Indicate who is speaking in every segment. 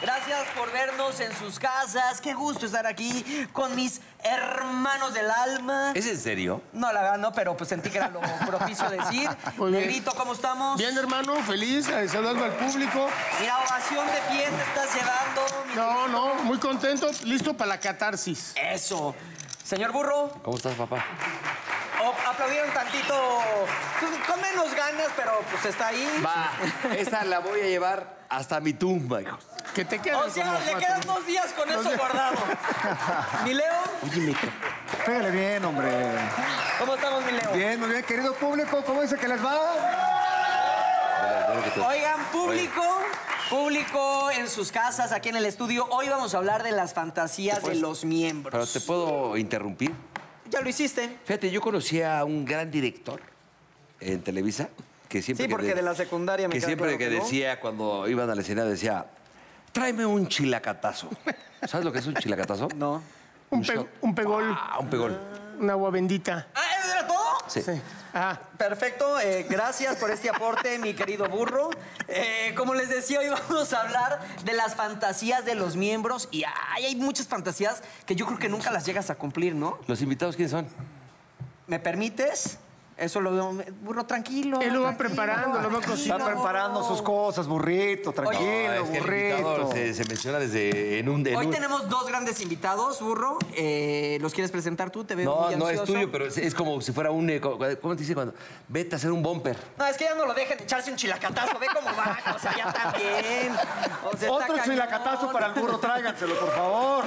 Speaker 1: Gracias por vernos en sus casas. Qué gusto estar aquí con mis hermanos del alma.
Speaker 2: ¿Es en serio?
Speaker 1: No, la verdad no, pero pues sentí que era lo propicio decir.
Speaker 3: Muy bien.
Speaker 1: Negrito, ¿cómo estamos?
Speaker 3: Bien, hermano, feliz, eh, saludando al público.
Speaker 1: Mira, ovación de pie te estás llevando. mi
Speaker 3: No, no, muy contento, listo para la catarsis.
Speaker 1: Eso. Señor Burro,
Speaker 2: ¿Cómo estás, papá?
Speaker 1: o- aplaudieron tantito, pues, con menos ganas, pero pues está ahí.
Speaker 2: Va, esta la voy a llevar hasta mi tumba, hijos.
Speaker 3: Que te quedes
Speaker 1: O sea, le quedan dos días con eso guardado. Mi Leo,
Speaker 4: Pégale bien, hombre.
Speaker 1: ¿cómo estamos, mi Leo?
Speaker 4: Bien, muy bien, querido público, ¿cómo dice que les va?
Speaker 1: Oigan, público, público en sus casas, aquí en el estudio, hoy vamos a hablar de las fantasías de los
Speaker 2: Pues, Pero
Speaker 1: miembros.
Speaker 2: te puedo interrumpir.
Speaker 1: Ya lo hiciste.
Speaker 2: Fíjate, yo conocí a un gran director en Televisa que siempre.
Speaker 1: Sí,
Speaker 2: que
Speaker 1: porque de la secundaria me
Speaker 2: Que
Speaker 1: queda
Speaker 2: siempre
Speaker 1: claro
Speaker 2: que,
Speaker 1: que no.
Speaker 2: decía, cuando iban a la escena, decía: tráeme un chilacatazo. ¿Sabes lo que es un chilacatazo?
Speaker 1: No.
Speaker 3: Un, pe- un pegol,
Speaker 2: Ah, un pegol.
Speaker 3: una agua bendita.
Speaker 1: Ah, ¿eso era todo?
Speaker 2: Sí.
Speaker 3: Ah,
Speaker 1: Perfecto, eh, gracias por este aporte, mi querido burro. Eh, como les decía, hoy vamos a hablar de las fantasías de los miembros y ay, hay muchas fantasías que yo creo que nunca las llegas a cumplir, ¿no?
Speaker 2: ¿Los invitados quiénes son?
Speaker 1: ¿Me permites? Eso lo veo, burro, tranquilo.
Speaker 3: Él lo va
Speaker 1: tranquilo,
Speaker 3: preparando, lo va
Speaker 1: tranquilo.
Speaker 3: cocinando.
Speaker 4: Está preparando sus cosas, burrito, tranquilo,
Speaker 2: No, es que el invitado
Speaker 4: burrito.
Speaker 2: se, se menciona desde en un. en
Speaker 1: Hoy
Speaker 2: un-
Speaker 1: tenemos dos grandes invitados, burro. Eh, ¿Los quieres presentar tú? Te veo
Speaker 2: No,
Speaker 1: muy
Speaker 2: no es
Speaker 1: ansioso.
Speaker 2: tuyo, pero es, es como si fuera un. eh, co- ¿Cómo te dice cuando? Vete a hacer un bumper.
Speaker 1: No, es que ya no lo dejen echarse un chilacatazo. Ve cómo va, o sea, ya también. O sea, está
Speaker 4: Otro
Speaker 1: cañón.
Speaker 4: chilacatazo para el burro, tráiganselo, por favor.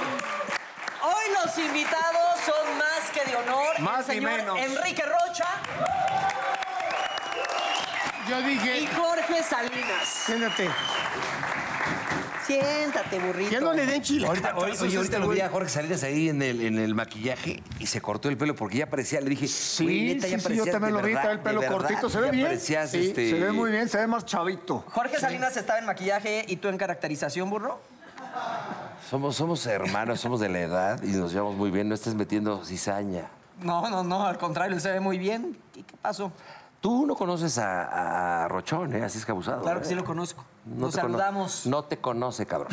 Speaker 1: Hoy los invitados son más que de honor.
Speaker 4: Más
Speaker 1: el
Speaker 4: ni
Speaker 1: señor
Speaker 4: menos.
Speaker 1: Enrique Rocha
Speaker 3: yo
Speaker 1: y
Speaker 3: dije,
Speaker 1: Jorge Salinas.
Speaker 3: siéntate,
Speaker 1: Siéntate, burrito.
Speaker 3: ya no le den chile.
Speaker 2: Ahorita, oye,
Speaker 3: Entonces,
Speaker 2: ahorita
Speaker 3: este
Speaker 2: lo vi
Speaker 3: güey-
Speaker 2: a Jorge Salinas ahí en el, en el maquillaje y se cortó el pelo porque ya parecía, le dije, sí,
Speaker 4: sí, sí, yo también lo vi, trae el pelo cortito, se ve bien.
Speaker 2: Parecías,
Speaker 4: Sí,
Speaker 2: este,
Speaker 4: Se ve muy bien, se ve más chavito.
Speaker 1: Jorge Salinas estaba en maquillaje y tú en caracterización, burro.
Speaker 2: Somos, somos hermanos, somos de la edad y nos llevamos muy bien, no estés metiendo cizaña.
Speaker 1: No, no, no, al contrario, él se ve muy bien. ¿Qué, qué pasó?
Speaker 2: Tú no conoces a, a Rochón, ¿eh? Así es que abusado.
Speaker 1: Claro
Speaker 2: ¿eh?
Speaker 1: que sí lo conozco.
Speaker 2: No
Speaker 1: Nos
Speaker 2: te cono-
Speaker 1: saludamos.
Speaker 2: no te conoce, cabrón.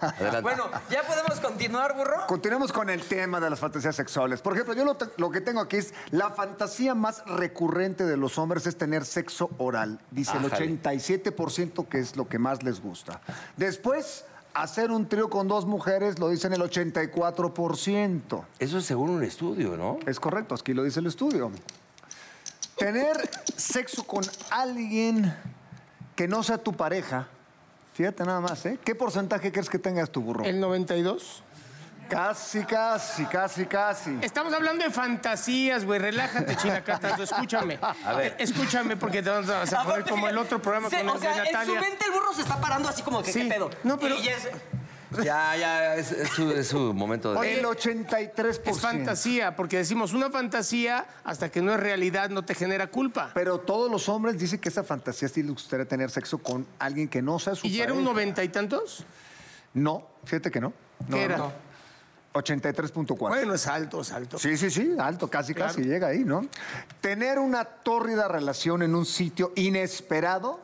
Speaker 2: Adelante.
Speaker 1: Bueno, ¿ya podemos continuar, burro?
Speaker 4: Continuemos con el tema de las fantasías sexuales. Por ejemplo, yo lo, te- lo que tengo aquí es la fantasía más recurrente de los hombres es tener sexo oral. Dice el
Speaker 2: Ájale.
Speaker 4: 87% que es lo que más les gusta. Después, hacer un trío con dos mujeres lo dicen el 84%.
Speaker 2: Eso es según un estudio, ¿no?
Speaker 4: Es correcto, aquí lo dice el estudio. Tener sexo con alguien que no sea tu pareja. Fíjate nada más, ¿eh? ¿Qué porcentaje crees que tengas tu burro?
Speaker 3: El 92.
Speaker 4: Casi, casi, casi, casi.
Speaker 3: Estamos hablando de fantasías, güey. Relájate, chilacatas. Escúchame. A
Speaker 2: ver.
Speaker 3: Escúchame porque te vas a- vas a poner
Speaker 1: Aparte,
Speaker 3: como el
Speaker 1: fíjate,
Speaker 3: otro programa
Speaker 1: se-
Speaker 3: con
Speaker 1: O
Speaker 3: el de
Speaker 1: sea, en su
Speaker 3: Natalia.
Speaker 1: mente el burro se está parando así como que,
Speaker 3: Sí.
Speaker 1: ¿qué pedo?
Speaker 3: No, pero-
Speaker 1: Y ya es-
Speaker 2: Ya, ya, es, es su, es su momento de...
Speaker 4: Oye, el 83%.
Speaker 3: Es fantasía, porque decimos una fantasía hasta que no es realidad, no te genera culpa.
Speaker 4: Pero todos los hombres dicen que esa fantasía sí les gustaría tener sexo con alguien que no sea su
Speaker 3: ¿Y era un
Speaker 4: pareja.
Speaker 3: noventa y tantos?
Speaker 4: No, fíjate que no. No,
Speaker 3: ¿Qué era?
Speaker 4: no. 83.4.
Speaker 3: Bueno, es alto, es alto.
Speaker 4: Sí, sí, sí, alto, casi,
Speaker 3: Claro.
Speaker 4: casi llega ahí, ¿no? Tener una tórrida relación en un sitio inesperado,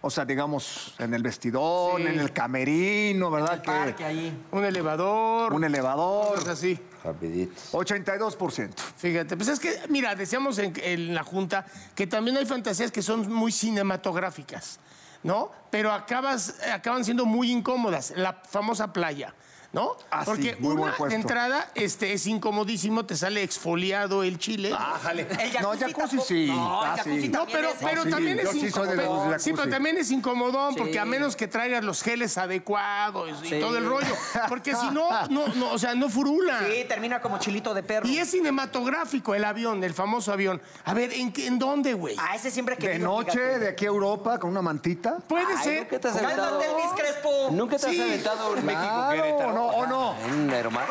Speaker 4: o sea, digamos, en el vestidor,
Speaker 3: Sí.
Speaker 4: en el camerino, ¿verdad? Que-
Speaker 1: Parque ahí.
Speaker 3: Un elevador.
Speaker 4: un elevador,
Speaker 3: cosas así.
Speaker 2: Rapidito.
Speaker 4: 82%.
Speaker 3: Fíjate, pues es que, mira, decíamos en, en la Junta que también hay fantasías que son muy cinematográficas, ¿no? Pero acabas, acaban siendo muy incómodas. La famosa playa, ¿no?
Speaker 4: Ah, sí,
Speaker 3: Porque
Speaker 4: muy buen
Speaker 3: una de
Speaker 4: puesto.
Speaker 3: entrada este, es incomodísimo, te sale exfoliado el chile.
Speaker 4: Ah,
Speaker 1: El
Speaker 4: No,
Speaker 1: jacuzzi
Speaker 4: jacuzzi
Speaker 1: tampoco-
Speaker 4: sí.
Speaker 1: No, el
Speaker 4: Ah,
Speaker 1: jacuzzi
Speaker 4: sí.
Speaker 3: No,
Speaker 1: también
Speaker 3: pero,
Speaker 1: es-
Speaker 3: pero
Speaker 4: sí,
Speaker 3: también es
Speaker 4: yo sí soy de los
Speaker 3: incomodón.
Speaker 4: jacuzzi.
Speaker 3: sí, pero también es incomodón, porque a
Speaker 1: Sí.
Speaker 3: menos que traigas los geles adecuados y
Speaker 1: Sí.
Speaker 3: todo el rollo. Porque si no, no, no, o sea, no furula.
Speaker 1: Sí, termina como chilito de perro.
Speaker 3: Y es cinematográfico el avión, el famoso avión. A ver, ¿en, qué- en dónde, güey?
Speaker 1: A ese siempre que
Speaker 4: De noche, de aquí a Europa, con una mantita.
Speaker 3: Puede ser.
Speaker 2: ¿Nunca te has aventado?
Speaker 1: Cálmate, Elvis Crespo.
Speaker 2: ¿Nunca te
Speaker 3: Sí.
Speaker 2: has aventado un
Speaker 4: Claro,
Speaker 2: México-Querétaro?
Speaker 4: no, o no.
Speaker 2: ¿En aeromar?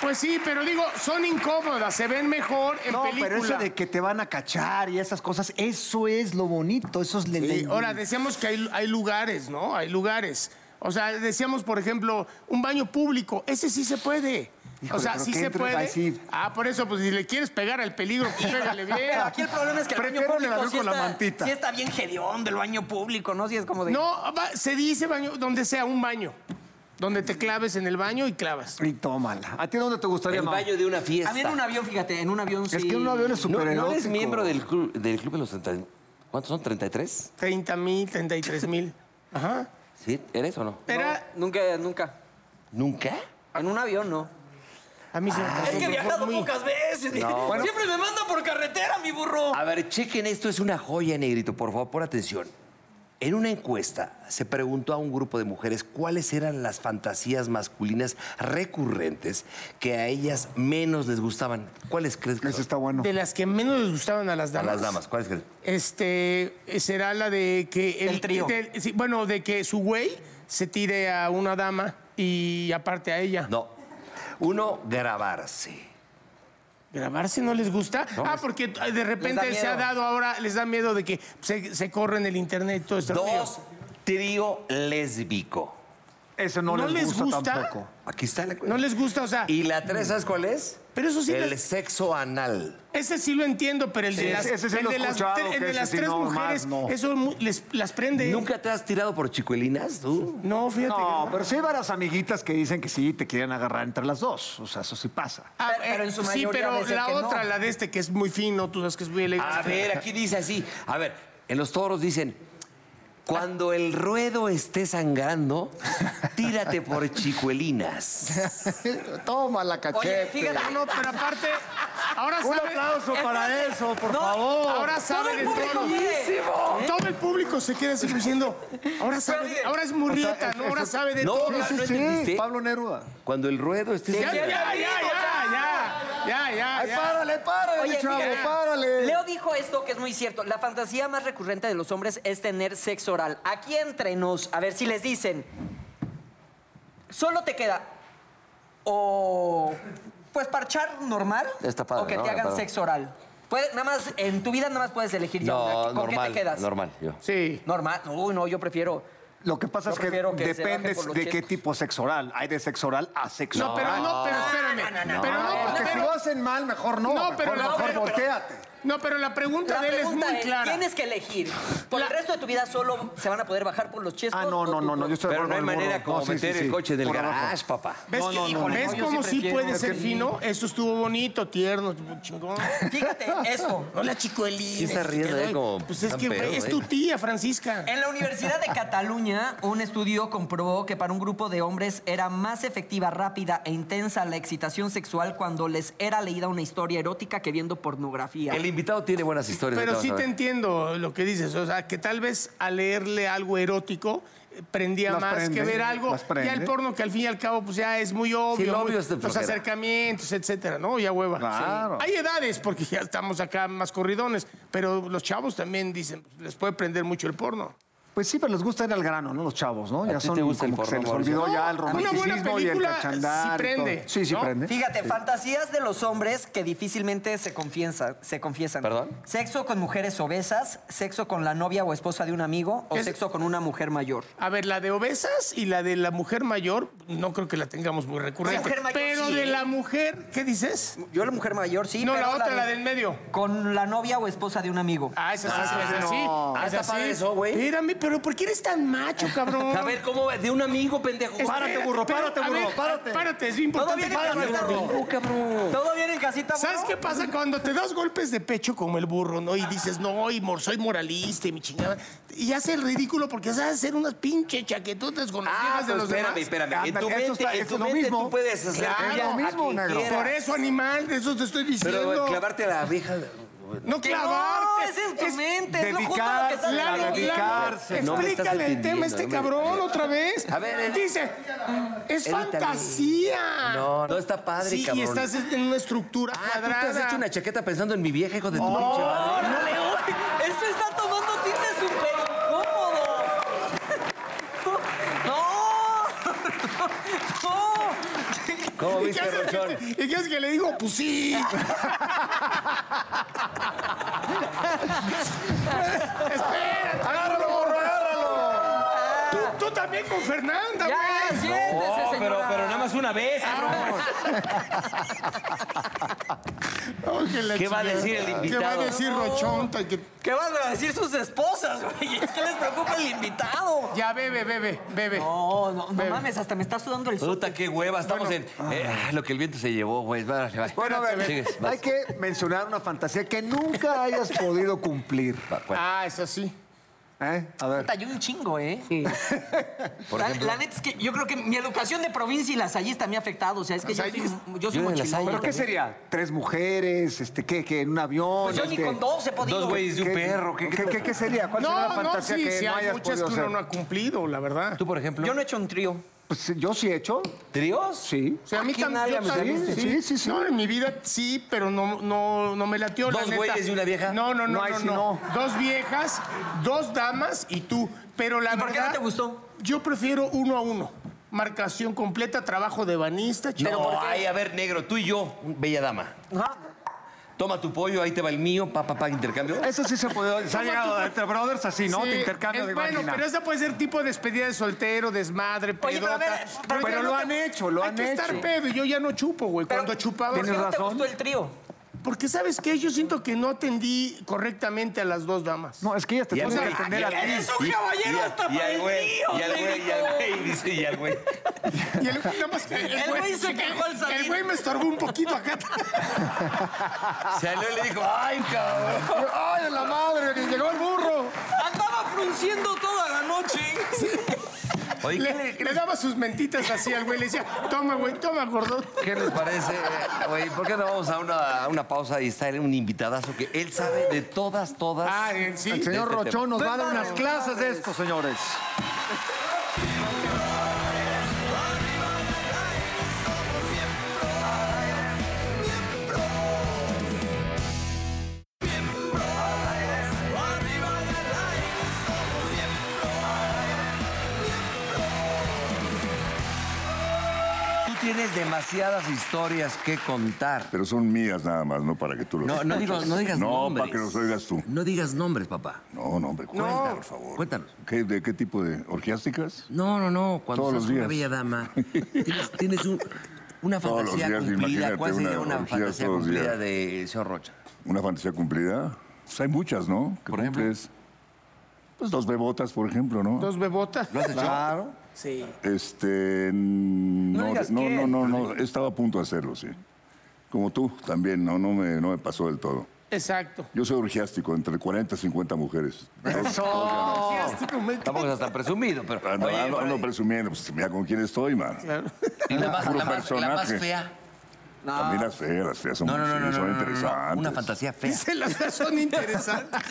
Speaker 3: Pues sí, pero digo, son incómodas, se ven mejor en
Speaker 4: No,
Speaker 3: película.
Speaker 4: pero eso de que te van a cachar y esas cosas, eso es lo bonito, eso es le-
Speaker 3: Sí,
Speaker 4: le-
Speaker 3: Ahora, decíamos que hay, hay lugares, ¿no? Hay lugares. O sea, decíamos, por ejemplo, un baño público. Ese sí se puede.
Speaker 4: Híjole,
Speaker 3: o sea,
Speaker 4: pero
Speaker 3: sí
Speaker 4: que
Speaker 3: se
Speaker 4: entre-
Speaker 3: puede.
Speaker 4: ay, sí.
Speaker 3: Ah, por eso, pues si le quieres pegar al peligro, pues, pégale bien.
Speaker 1: Aquí el problema es que el baño
Speaker 4: Prefiero el
Speaker 1: público
Speaker 4: avión
Speaker 1: sí
Speaker 4: con la
Speaker 1: está,
Speaker 4: mantita.
Speaker 1: sí está bien hediondo el baño público, ¿no? Sí es como de...
Speaker 3: No, va- se dice baño, donde sea un baño. Donde te claves en el baño y clavas.
Speaker 4: Y tómala. ¿A ti dónde te gustaría,
Speaker 2: El
Speaker 4: Mau?
Speaker 2: baño de una fiesta.
Speaker 1: A mí en un avión, fíjate, en un avión sí...
Speaker 4: Es que un avión es
Speaker 2: ¿No,
Speaker 4: súper
Speaker 2: ¿No eres
Speaker 4: erótico.
Speaker 2: miembro del club, del club de los 30? ¿Cuántos son? ¿33?
Speaker 3: 30 mil, 33 mil. Ajá.
Speaker 2: ¿Sí? ¿Eres o no?
Speaker 1: No,
Speaker 3: Era.
Speaker 1: nunca, nunca.
Speaker 2: ¿Nunca?
Speaker 1: En un avión, no.
Speaker 3: A mí se me
Speaker 4: Ah,
Speaker 3: pasó,
Speaker 1: Es que he
Speaker 3: pero
Speaker 1: viajado
Speaker 3: fue muy-
Speaker 1: pocas veces. Siempre me mandan por carretera, mi burro.
Speaker 2: A ver, chequen esto, es una joya, negrito, por favor, por atención. En una encuesta se preguntó a un grupo de mujeres cuáles eran las fantasías masculinas recurrentes que a ellas menos les gustaban. ¿Cuáles crees que
Speaker 4: Ese
Speaker 2: son?
Speaker 4: está bueno.
Speaker 3: De las que menos les gustaban a las
Speaker 2: A
Speaker 3: damas.
Speaker 2: las damas, ¿cuáles crees?
Speaker 3: Este. Será la de que.
Speaker 1: El trío.
Speaker 3: del- sí, bueno, de que su güey se tire a una dama y aparte a ella.
Speaker 2: No. Uno, grabarse.
Speaker 3: ¿Grabarse no les gusta? ah, porque eh, de repente
Speaker 1: Les da
Speaker 3: se ha
Speaker 1: miedo.
Speaker 3: dado ahora, les da miedo de que se, se corre en el internet todo esto.
Speaker 2: Dos, trío lésbico.
Speaker 4: Eso no,
Speaker 3: ¿No les
Speaker 4: les, gusta,
Speaker 3: gusta?
Speaker 4: tampoco.
Speaker 2: Aquí está la
Speaker 3: No les gusta, o sea,
Speaker 2: Y la tres, ¿sabes cuál es?
Speaker 3: Pero eso sí
Speaker 2: El
Speaker 3: les-
Speaker 2: sexo anal.
Speaker 3: ese sí lo entiendo, pero el de
Speaker 4: Ese-
Speaker 3: las,
Speaker 4: ese sí
Speaker 3: el
Speaker 4: lo he
Speaker 3: de las,
Speaker 4: escuchado,
Speaker 3: tre- el
Speaker 4: que
Speaker 3: de
Speaker 4: ese
Speaker 3: las
Speaker 4: sí,
Speaker 3: tres
Speaker 4: no, más
Speaker 3: mujeres,
Speaker 4: no.
Speaker 3: eso mu- les, las prende. ¿eh?
Speaker 2: ¿Nunca te has tirado por chicuelinas, tú?
Speaker 3: No, fíjate. que
Speaker 4: No, pero sí hay varias amiguitas que dicen que sí te quieren agarrar entre las dos. O sea, eso sí pasa.
Speaker 3: Ah,
Speaker 1: Pero- pero en su
Speaker 3: sí,
Speaker 1: mayoría
Speaker 3: pero
Speaker 1: debe ser
Speaker 3: la
Speaker 1: que no.
Speaker 3: otra, la de este, que es muy fino, tú sabes que es muy elegante.
Speaker 2: A ver, aquí dice así. A ver, en los toros dicen, cuando el ruedo esté sangrando, tírate por chicuelinas.
Speaker 4: Toma la
Speaker 1: Oye, fíjate.
Speaker 3: Ah, no, pero aparte, ahora
Speaker 4: Un
Speaker 3: sabe-
Speaker 4: aplauso para eso, por
Speaker 1: No,
Speaker 4: favor.
Speaker 3: Ahora
Speaker 1: Todo
Speaker 3: saben
Speaker 1: el público
Speaker 3: entonces.
Speaker 1: quiere.
Speaker 3: Todo el público se queda así diciendo, ahora sabe,
Speaker 1: miren,
Speaker 3: ahora es murrieta, ¿no? Ahora sabe de
Speaker 2: No,
Speaker 3: todo.
Speaker 4: Sí,
Speaker 2: no,
Speaker 4: sí,
Speaker 2: no
Speaker 4: sí,
Speaker 2: entendiste.
Speaker 4: Pablo Neruda.
Speaker 2: Cuando el ruedo esté
Speaker 3: Ya, ya,
Speaker 2: sangrando.
Speaker 3: ya, ya, ya, ya, ya,
Speaker 4: Ay,
Speaker 3: ya.
Speaker 4: párale, párale,
Speaker 1: Oye,
Speaker 4: chavo,
Speaker 1: fíjate,
Speaker 4: párale.
Speaker 1: Leo dijo esto que es muy cierto. La fantasía más recurrente de los hombres es tener sexo oral. Aquí entre nos, a ver si les dicen. Solo te queda o pues parchar normal
Speaker 2: Está padre,
Speaker 1: o que
Speaker 2: ¿no?
Speaker 1: te hagan
Speaker 2: Está padre.
Speaker 1: sexo oral. Puede- nada más en tu vida nada más puedes elegir ya una.
Speaker 2: No,
Speaker 1: ¿Con qué
Speaker 2: normal,
Speaker 1: te quedas?
Speaker 2: normal, yo.
Speaker 3: Sí.
Speaker 1: Normal. Uy, no, yo prefiero
Speaker 4: Lo que pasa
Speaker 1: Yo
Speaker 4: es que,
Speaker 1: prefiero que se baje
Speaker 4: depende
Speaker 1: por los
Speaker 4: de qué
Speaker 1: chetos.
Speaker 4: tipo sexo oral. Hay de sexo oral a sexo
Speaker 3: No, pero
Speaker 4: oral. Ah,
Speaker 3: no, pero espérame.
Speaker 1: No, no, no,
Speaker 3: pero no,
Speaker 1: no,
Speaker 4: Porque si
Speaker 3: pero-
Speaker 4: lo hacen mal, mejor no.
Speaker 3: No, pero
Speaker 4: mejor,
Speaker 3: la-
Speaker 4: mejor
Speaker 3: pero-
Speaker 4: volteate.
Speaker 3: no, pero la pregunta
Speaker 1: La
Speaker 3: de él es
Speaker 1: pregunta
Speaker 3: muy
Speaker 1: es,
Speaker 3: clara.
Speaker 1: tienes que elegir. Por el
Speaker 3: La-
Speaker 1: resto de tu vida solo se van a poder bajar por los chescos.
Speaker 4: Ah, no,
Speaker 1: o
Speaker 4: no,
Speaker 1: tu-
Speaker 4: no, no. Yo estoy de
Speaker 2: Pero no hay
Speaker 4: acuerdo con el
Speaker 2: manera
Speaker 4: burro.
Speaker 2: como
Speaker 4: No, sí,
Speaker 2: meter
Speaker 4: sí,
Speaker 2: el
Speaker 4: sí.
Speaker 2: coche del
Speaker 4: Por abajo.
Speaker 2: garage, papá.
Speaker 3: ¿Ves,
Speaker 1: No,
Speaker 3: que-
Speaker 1: no, no,
Speaker 3: híjole,
Speaker 1: no,
Speaker 3: ¿ves
Speaker 1: yo
Speaker 3: cómo
Speaker 1: sí
Speaker 3: sí,
Speaker 1: prefiero.
Speaker 3: puede
Speaker 1: Es
Speaker 3: ser fino? Esto estuvo bonito, tierno, chingón.
Speaker 1: Fíjate, esto.
Speaker 3: No la chicuelines.
Speaker 2: Sí está riendo,
Speaker 3: que no-
Speaker 2: eh, como
Speaker 3: Pues es
Speaker 2: tan
Speaker 3: que,
Speaker 2: pedo,
Speaker 3: güey, es
Speaker 2: eh.
Speaker 3: tu tía, Francisca.
Speaker 1: En la Universidad de Cataluña, un estudio comprobó que para un grupo de hombres era más efectiva, rápida e intensa la excitación sexual cuando les era leída una historia erótica que viendo pornografía.
Speaker 2: El invitado tiene buenas historias.
Speaker 3: Pero
Speaker 2: ahorita
Speaker 3: sí
Speaker 2: vas a
Speaker 3: te
Speaker 2: ver.
Speaker 3: entiendo lo que dices. O sea, que tal vez al leerle algo erótico eh, prendía
Speaker 4: Las
Speaker 3: más que
Speaker 4: prende,
Speaker 3: ver algo.
Speaker 4: las prende.
Speaker 3: Ya el porno, que al fin y al cabo, pues ya es muy obvio.
Speaker 2: lo
Speaker 3: muy-
Speaker 2: obvio es de
Speaker 3: los
Speaker 2: flojera.
Speaker 3: acercamientos, etcétera, ¿no? Ya hueva.
Speaker 4: Claro.
Speaker 3: Sí. Hay edades, porque ya estamos acá más corridones. Pero los chavos también dicen, pues, les puede prender mucho el porno.
Speaker 4: Pues sí, pero les gusta ir al grano, ¿no? Los chavos, ¿no?
Speaker 2: ¿A
Speaker 4: Ya
Speaker 2: ti
Speaker 4: son
Speaker 2: te gusta el
Speaker 4: como que se
Speaker 2: porno,
Speaker 4: les
Speaker 2: Mauricio?
Speaker 4: olvidó ya el
Speaker 3: No, una buena
Speaker 4: romanticismo y el
Speaker 3: película
Speaker 4: cachandar.
Speaker 3: sí
Speaker 4: y todo.
Speaker 3: prende,
Speaker 4: Sí, sí
Speaker 3: ¿no?
Speaker 2: ¿eh?
Speaker 4: prende.
Speaker 1: Fíjate, fantasías de los hombres que difícilmente se, confiesa- se confiesan.
Speaker 2: ¿Perdón?
Speaker 1: Sexo con mujeres obesas, sexo con la novia o esposa de un amigo o
Speaker 3: Es-
Speaker 1: sexo con una mujer mayor.
Speaker 3: A ver, la de obesas y la de la mujer mayor, no creo que la tengamos muy
Speaker 1: La
Speaker 3: recurrente.
Speaker 1: mujer mayor
Speaker 3: pero
Speaker 1: sí,
Speaker 3: de
Speaker 1: ¿eh?
Speaker 3: la mujer, ¿qué dices?
Speaker 1: Yo la mujer mayor, sí.
Speaker 3: no,
Speaker 1: pero
Speaker 3: la otra, la,
Speaker 1: de-
Speaker 3: del medio.
Speaker 1: Con la novia o esposa de un amigo.
Speaker 3: Ah, esa sí, esa sí.
Speaker 4: no.
Speaker 3: esa
Speaker 2: Ah, está
Speaker 3: sí.
Speaker 2: padre eso, güey.
Speaker 3: Espérame, pero ¿por qué eres tan macho, cabrón?
Speaker 2: A ver, ¿cómo? va? De un amigo, pendejo.
Speaker 3: Espérate,
Speaker 4: Párate, burro,
Speaker 3: Este, pero,
Speaker 4: párate,
Speaker 3: a
Speaker 4: burro,
Speaker 3: ver,
Speaker 4: párate.
Speaker 3: Párate, es
Speaker 1: Todavía
Speaker 3: importante.
Speaker 1: no
Speaker 3: párate,
Speaker 1: empieza,
Speaker 3: burro.
Speaker 1: burro. ¿Todo bien en casita,
Speaker 3: ¿Sabes
Speaker 1: burro?
Speaker 3: qué pasa cuando te das golpes de pecho como el burro, no? Y dices, no, y mor- soy moralista y mi chingada. Y hace el ridículo porque sabes hacer unas pinches chaquetotas con las
Speaker 2: Ah,
Speaker 3: piernas de
Speaker 2: pero
Speaker 3: los
Speaker 2: espérame,
Speaker 3: demás.
Speaker 2: espérame. En tu
Speaker 4: Anda, eso
Speaker 2: mente,
Speaker 4: está-
Speaker 2: en
Speaker 4: eso
Speaker 2: tu
Speaker 4: es lo
Speaker 2: mente
Speaker 4: mismo.
Speaker 2: tú puedes hacer
Speaker 3: Claro.
Speaker 2: tuya
Speaker 3: Es lo
Speaker 4: mismo,
Speaker 2: a quien
Speaker 4: negro.
Speaker 2: quieras.
Speaker 3: Por eso, animal, de eso te estoy diciendo.
Speaker 2: Pero eh, clavarte a la abeja.
Speaker 3: No
Speaker 1: Que No,
Speaker 3: clavarte.
Speaker 1: ese es tu mente, es lo justo lo que
Speaker 4: dedicarse,
Speaker 1: estás
Speaker 3: Claro,
Speaker 1: hablando.
Speaker 3: claro.
Speaker 4: dedicarse.
Speaker 2: No me estás
Speaker 3: Explícale el tema a
Speaker 2: entendiendo,
Speaker 3: este
Speaker 2: no me-
Speaker 3: cabrón otra vez.
Speaker 2: A ver, Ed-
Speaker 3: dice, es
Speaker 2: Edítale.
Speaker 3: fantasía.
Speaker 2: No, no está padre,
Speaker 3: Sí,
Speaker 2: cabrón.
Speaker 3: y estás en una estructura
Speaker 2: Ah, tú
Speaker 3: cuadrada.
Speaker 2: te has hecho una chaqueta pensando en mi vieja, hijo de tu pinche madre.
Speaker 1: ¡Órale, oye! Esto está tomando tintes súper incómodos. ¡No! ¡No!
Speaker 2: ¿Cómo
Speaker 3: ¿Y qué,
Speaker 2: viste,
Speaker 3: haces este que
Speaker 2: Rochón?
Speaker 3: te- y qué haces que le digo? Pues sí. Espérate. Agárralo, agárralo. Tú, tú también con
Speaker 1: Ya,
Speaker 3: Fernanda, güey.
Speaker 1: siéntese,
Speaker 2: No, pero,
Speaker 1: señora.
Speaker 2: pero nada más una vez.
Speaker 3: Ah, Oh, que la
Speaker 2: ¿Qué va a
Speaker 3: chingada.
Speaker 2: decir el
Speaker 3: ¿Qué va a
Speaker 2: invitado?
Speaker 3: decir Rochonta? Que...
Speaker 1: ¿Qué van a decir sus esposas, güey? Es que les preocupa el invitado.
Speaker 3: Ya, bebe, bebe, bebe.
Speaker 1: No, no, no
Speaker 3: Bebe.
Speaker 1: mames, hasta me está sudando el sol.
Speaker 2: Puta, qué hueva. Estamos en. eh, ah, lo que el viento se llevó, güey. Va, va.
Speaker 4: Bueno, a ver,
Speaker 2: Sigues, vas.
Speaker 4: hay que mencionar una fantasía que nunca hayas podido cumplir.
Speaker 2: Va, ¿cuál?
Speaker 3: Ah, eso sí.
Speaker 4: ¿eh? A ver.
Speaker 1: Puta, yo un chingo, ¿eh?
Speaker 2: Por
Speaker 1: la,
Speaker 2: ejemplo.
Speaker 1: la neta es que yo creo que mi educación de provincia y lasallista me ha afectado. O sea, es que yo soy,
Speaker 3: Lasallista.
Speaker 1: yo soy
Speaker 2: Yo de
Speaker 1: muy chingón.
Speaker 2: Lasalle
Speaker 4: ¿Pero qué sería? ¿Tres mujeres? Este, ¿Qué? ¿Qué? ¿En un avión?
Speaker 1: Pues yo ni
Speaker 4: Este,
Speaker 1: con dos he podido.
Speaker 2: Dos güeyes de
Speaker 4: ¿qué-
Speaker 2: un perro. ¿qué,
Speaker 4: ¿Qué, qué- qué sería? ¿Cuál sería
Speaker 3: No,
Speaker 4: la
Speaker 3: no,
Speaker 4: fantasía
Speaker 3: sí,
Speaker 4: que
Speaker 3: sí,
Speaker 4: no
Speaker 3: hay
Speaker 4: hayas
Speaker 3: muchas
Speaker 4: podido
Speaker 3: que uno
Speaker 4: hacer?
Speaker 3: no ha cumplido, la verdad.
Speaker 2: Tú, por ejemplo.
Speaker 1: Yo no he hecho un trío.
Speaker 4: Pues, yo sí he hecho.
Speaker 2: ¿Tríos?
Speaker 4: Sí.
Speaker 3: O sea, a mí
Speaker 2: Aquí
Speaker 3: tam-
Speaker 2: nadie
Speaker 3: yo
Speaker 2: me
Speaker 3: también.
Speaker 4: saliste.
Speaker 3: Sí,
Speaker 4: Sí, sí, sí.
Speaker 3: No, en mi vida sí, pero no, no, no me latió la
Speaker 2: ¿Dos
Speaker 3: neta.
Speaker 2: güeyes y una vieja?
Speaker 3: No, no, no,
Speaker 4: No, ahí
Speaker 3: no,
Speaker 4: sí
Speaker 3: no. Dos viejas, dos damas y tú. Pero la
Speaker 1: ¿Y por qué
Speaker 3: verdad,
Speaker 1: no te gustó?
Speaker 3: Yo prefiero uno a uno. Marcación completa, trabajo de banista, chico.
Speaker 2: No, ay, a ver, negro, tú y yo, bella dama.
Speaker 1: Ajá.
Speaker 2: Toma tu pollo, ahí te va el mío, pa, pa, pa, intercambio.
Speaker 4: Eso sí se ha podido. Se ha llegado de entre brothers así, ¿no?
Speaker 3: Sí,
Speaker 4: Te intercambio
Speaker 3: es
Speaker 4: de
Speaker 3: Bueno,
Speaker 4: máquina.
Speaker 3: pero esa puede ser tipo de despedida de soltero, desmadre, pedota.
Speaker 1: Oye, pero a ver, pero
Speaker 3: ya
Speaker 1: yo
Speaker 4: lo
Speaker 3: te-
Speaker 4: han hecho, lo
Speaker 3: hay
Speaker 4: han
Speaker 3: que estar
Speaker 4: hecho.
Speaker 3: pedo y yo ya no chupo, güey.
Speaker 1: Pero,
Speaker 3: Cuando chupaba...
Speaker 1: ¿Por qué no te
Speaker 4: razón.
Speaker 1: gustó el trío?
Speaker 3: Porque, ¿sabes qué? Yo siento que no atendí correctamente a las dos damas.
Speaker 4: No, es que ellas te
Speaker 2: Y al
Speaker 4: tienen que
Speaker 2: güey,
Speaker 4: atender a
Speaker 2: y al-
Speaker 4: ti.
Speaker 1: Eres un caballero hasta
Speaker 2: y
Speaker 1: para
Speaker 2: al
Speaker 1: el
Speaker 2: güey,
Speaker 1: trío,
Speaker 2: y al güey, y al güey, dice, y al güey.
Speaker 3: Y el, nada más que
Speaker 1: El güey se quejó al salir.
Speaker 3: El güey me estorbó un poquito acá.
Speaker 2: Salió y le dijo, ay, cabrón.
Speaker 3: ¡Ay, la madre! que ¡Llegó el burro!
Speaker 1: Andaba frunciendo toda la noche.
Speaker 2: Oye, ¿qué
Speaker 3: Le, le daba sus mentitas así al güey. Le decía, toma, güey, toma, gordo.
Speaker 2: ¿Qué les parece? eh, Güey, ¿por qué no vamos a una, a una pausa y está un invitadazo que él sabe de todas, todas?
Speaker 3: Ah, en sí.
Speaker 4: El señor
Speaker 2: Este
Speaker 4: Rochón nos va a dar
Speaker 1: tema.
Speaker 4: unas clases de esto, señores.
Speaker 2: Tú tienes demasiadas historias que contar.
Speaker 5: Pero son mías nada más, no para que tú lo
Speaker 2: No, no, digo- no digas
Speaker 5: No,
Speaker 2: nombres.
Speaker 5: para que los oigas tú.
Speaker 2: No digas nombres, papá.
Speaker 5: No, no, hombre, cuenta, por favor.
Speaker 2: Cuéntanos.
Speaker 5: ¿Qué- ¿De qué tipo de orgiásticas?
Speaker 2: No, no, no. Cuando seas
Speaker 5: Todos los
Speaker 2: una
Speaker 5: días.
Speaker 2: bella dama, tienes, tienes un- una
Speaker 5: Todos los
Speaker 2: fantasía
Speaker 5: días,
Speaker 2: cumplida.
Speaker 5: imagínate,
Speaker 2: ¿Cuál sería
Speaker 5: una
Speaker 2: una,
Speaker 5: orgía
Speaker 2: fantasía
Speaker 5: todos los días.
Speaker 2: cumplida de señor Rocha?
Speaker 5: ¿Una fantasía cumplida? Pues hay muchas, ¿no? ¿Qué
Speaker 2: Por ejemplo.
Speaker 5: cumples? Pues dos bebotas, por ejemplo, ¿no?
Speaker 3: Dos bebotas.
Speaker 2: ¿Lo has hecho?
Speaker 4: Claro.
Speaker 5: Este. No, no,
Speaker 2: digas
Speaker 5: no,
Speaker 2: qué.
Speaker 5: no, no, Estaba a punto de hacerlo, sí. Como tú también, no, no me, no me pasó del todo.
Speaker 3: Exacto.
Speaker 5: Yo soy orgiástico, entre 40 y 50 mujeres.
Speaker 2: Tampoco es hasta presumido, pero...
Speaker 5: Ando,
Speaker 2: Oye,
Speaker 5: ando- ando
Speaker 2: oye,
Speaker 5: presumiendo, pues mira con quién estoy, man.
Speaker 2: y la más,
Speaker 5: puro
Speaker 2: la más- la más
Speaker 5: personaje.
Speaker 2: fea.
Speaker 5: También las feas, las feas son,
Speaker 2: No, no, no, no,
Speaker 5: son
Speaker 2: no, no, no, no,
Speaker 5: interesantes.
Speaker 2: Una fantasía fea.
Speaker 3: Dice, las dos son interesantes.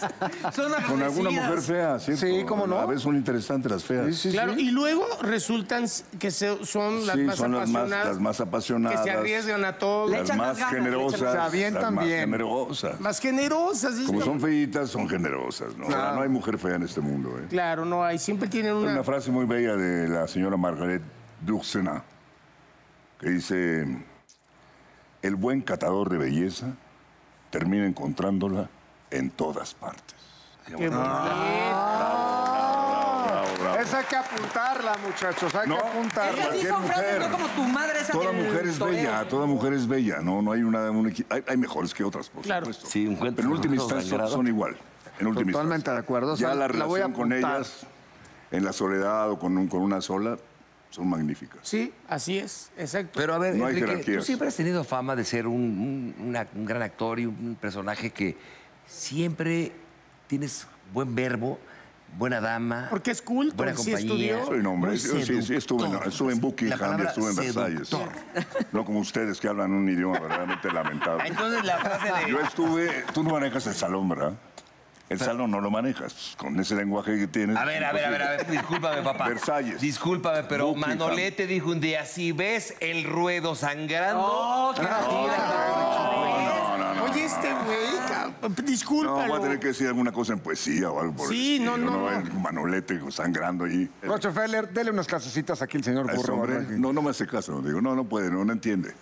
Speaker 1: Son
Speaker 5: Con alguna mujer fea, ¿cierto?
Speaker 4: Sí, cómo no.
Speaker 5: A veces son interesantes las feas.
Speaker 4: Sí, sí,
Speaker 3: Claro,
Speaker 4: sí.
Speaker 3: y luego resultan que se- son las
Speaker 5: Sí,
Speaker 3: más
Speaker 5: son las más,
Speaker 3: apasionadas.
Speaker 5: las más apasionadas.
Speaker 3: Que se arriesgan a todo.
Speaker 1: Le
Speaker 5: Las
Speaker 1: echan
Speaker 5: más
Speaker 1: las ganas, le echan
Speaker 5: generosas.
Speaker 1: las-
Speaker 4: Se avientan
Speaker 5: las más
Speaker 4: bien.
Speaker 5: generosas.
Speaker 3: Más generosas. es
Speaker 5: Como
Speaker 3: la-
Speaker 5: son feitas, son generosas, ¿no? O sea,
Speaker 4: Claro.
Speaker 5: no hay mujer fea en este mundo, ¿eh?
Speaker 3: Claro, no hay. Siempre tienen
Speaker 5: Hay
Speaker 3: una...
Speaker 5: una frase muy bella de la señora Margaret Dursena que dice: El buen catador de belleza termina encontrándola en todas partes.
Speaker 3: Qué
Speaker 5: Ah.
Speaker 3: bonito.
Speaker 5: Bravo, bravo.
Speaker 4: Esa Pues hay que apuntarla, muchachos. Hay
Speaker 5: No.
Speaker 4: que apuntarla.
Speaker 1: Esas sí
Speaker 5: Cualquier
Speaker 1: son frases, no
Speaker 5: mujer.
Speaker 1: como tu madre esa
Speaker 5: Toda
Speaker 1: del
Speaker 5: mujer es
Speaker 1: toreo.
Speaker 5: bella, toda mujer es bella, no, no hay una, un equi- hay, hay mejores que otras, por
Speaker 3: Claro.
Speaker 5: supuesto.
Speaker 2: Sí, un cuento
Speaker 5: Pero en última
Speaker 2: sagrado.
Speaker 5: instancia son- son igual. En última
Speaker 4: Totalmente
Speaker 5: instancia.
Speaker 4: de acuerdo, o
Speaker 5: Ya
Speaker 4: sea,
Speaker 5: la
Speaker 4: la
Speaker 5: relación
Speaker 4: voy a
Speaker 5: con
Speaker 4: apuntar.
Speaker 5: ellas, en la soledad o con, un- con una sola, son magníficas.
Speaker 3: Sí, así es. Exacto.
Speaker 2: Pero a ver,
Speaker 5: No hay
Speaker 2: Enrique, tú
Speaker 5: jerarquías.
Speaker 2: siempre has tenido fama de ser un, un- una- un gran actor y un personaje que siempre tienes buen verbo, buena dama.
Speaker 3: Porque es culto,
Speaker 2: buena
Speaker 3: sí
Speaker 2: compañía.
Speaker 3: estudió.
Speaker 5: Soy un hombre,
Speaker 2: muy
Speaker 5: yo sí, sí, estuve, en,
Speaker 2: seductor.
Speaker 5: estuve en
Speaker 2: La
Speaker 5: Buckingham, y
Speaker 2: palabra
Speaker 5: estuve en Versalles.
Speaker 2: seductor.
Speaker 5: No como ustedes que hablan un idioma verdaderamente lamentable.
Speaker 2: Entonces la frase de...
Speaker 5: Yo estuve, tú no manejas el salón, ¿verdad? El salón no lo manejas, con ese lenguaje que tienes.
Speaker 2: A ver, a ver, a ver, a ver, discúlpame, papá.
Speaker 5: Versalles.
Speaker 2: Discúlpame, pero
Speaker 5: Buckingham.
Speaker 2: Manolete dijo un día, si ves el ruedo sangrando...
Speaker 5: No, no, no.
Speaker 3: Oye, este güey, cabrón,
Speaker 5: No,
Speaker 3: discúlpalo.
Speaker 5: voy a tener que decir alguna cosa en poesía o algo por
Speaker 3: Sí,
Speaker 5: el
Speaker 3: no,
Speaker 5: estilo,
Speaker 3: no, no.
Speaker 5: El Manolete sangrando ahí.
Speaker 4: Rochefeller, dele unas clasecitas aquí al señor
Speaker 5: A ese
Speaker 4: Burro.
Speaker 5: hombre,
Speaker 4: ¿verdad?
Speaker 5: no, no me hace caso. Digo, no, no puede, no, no entiende.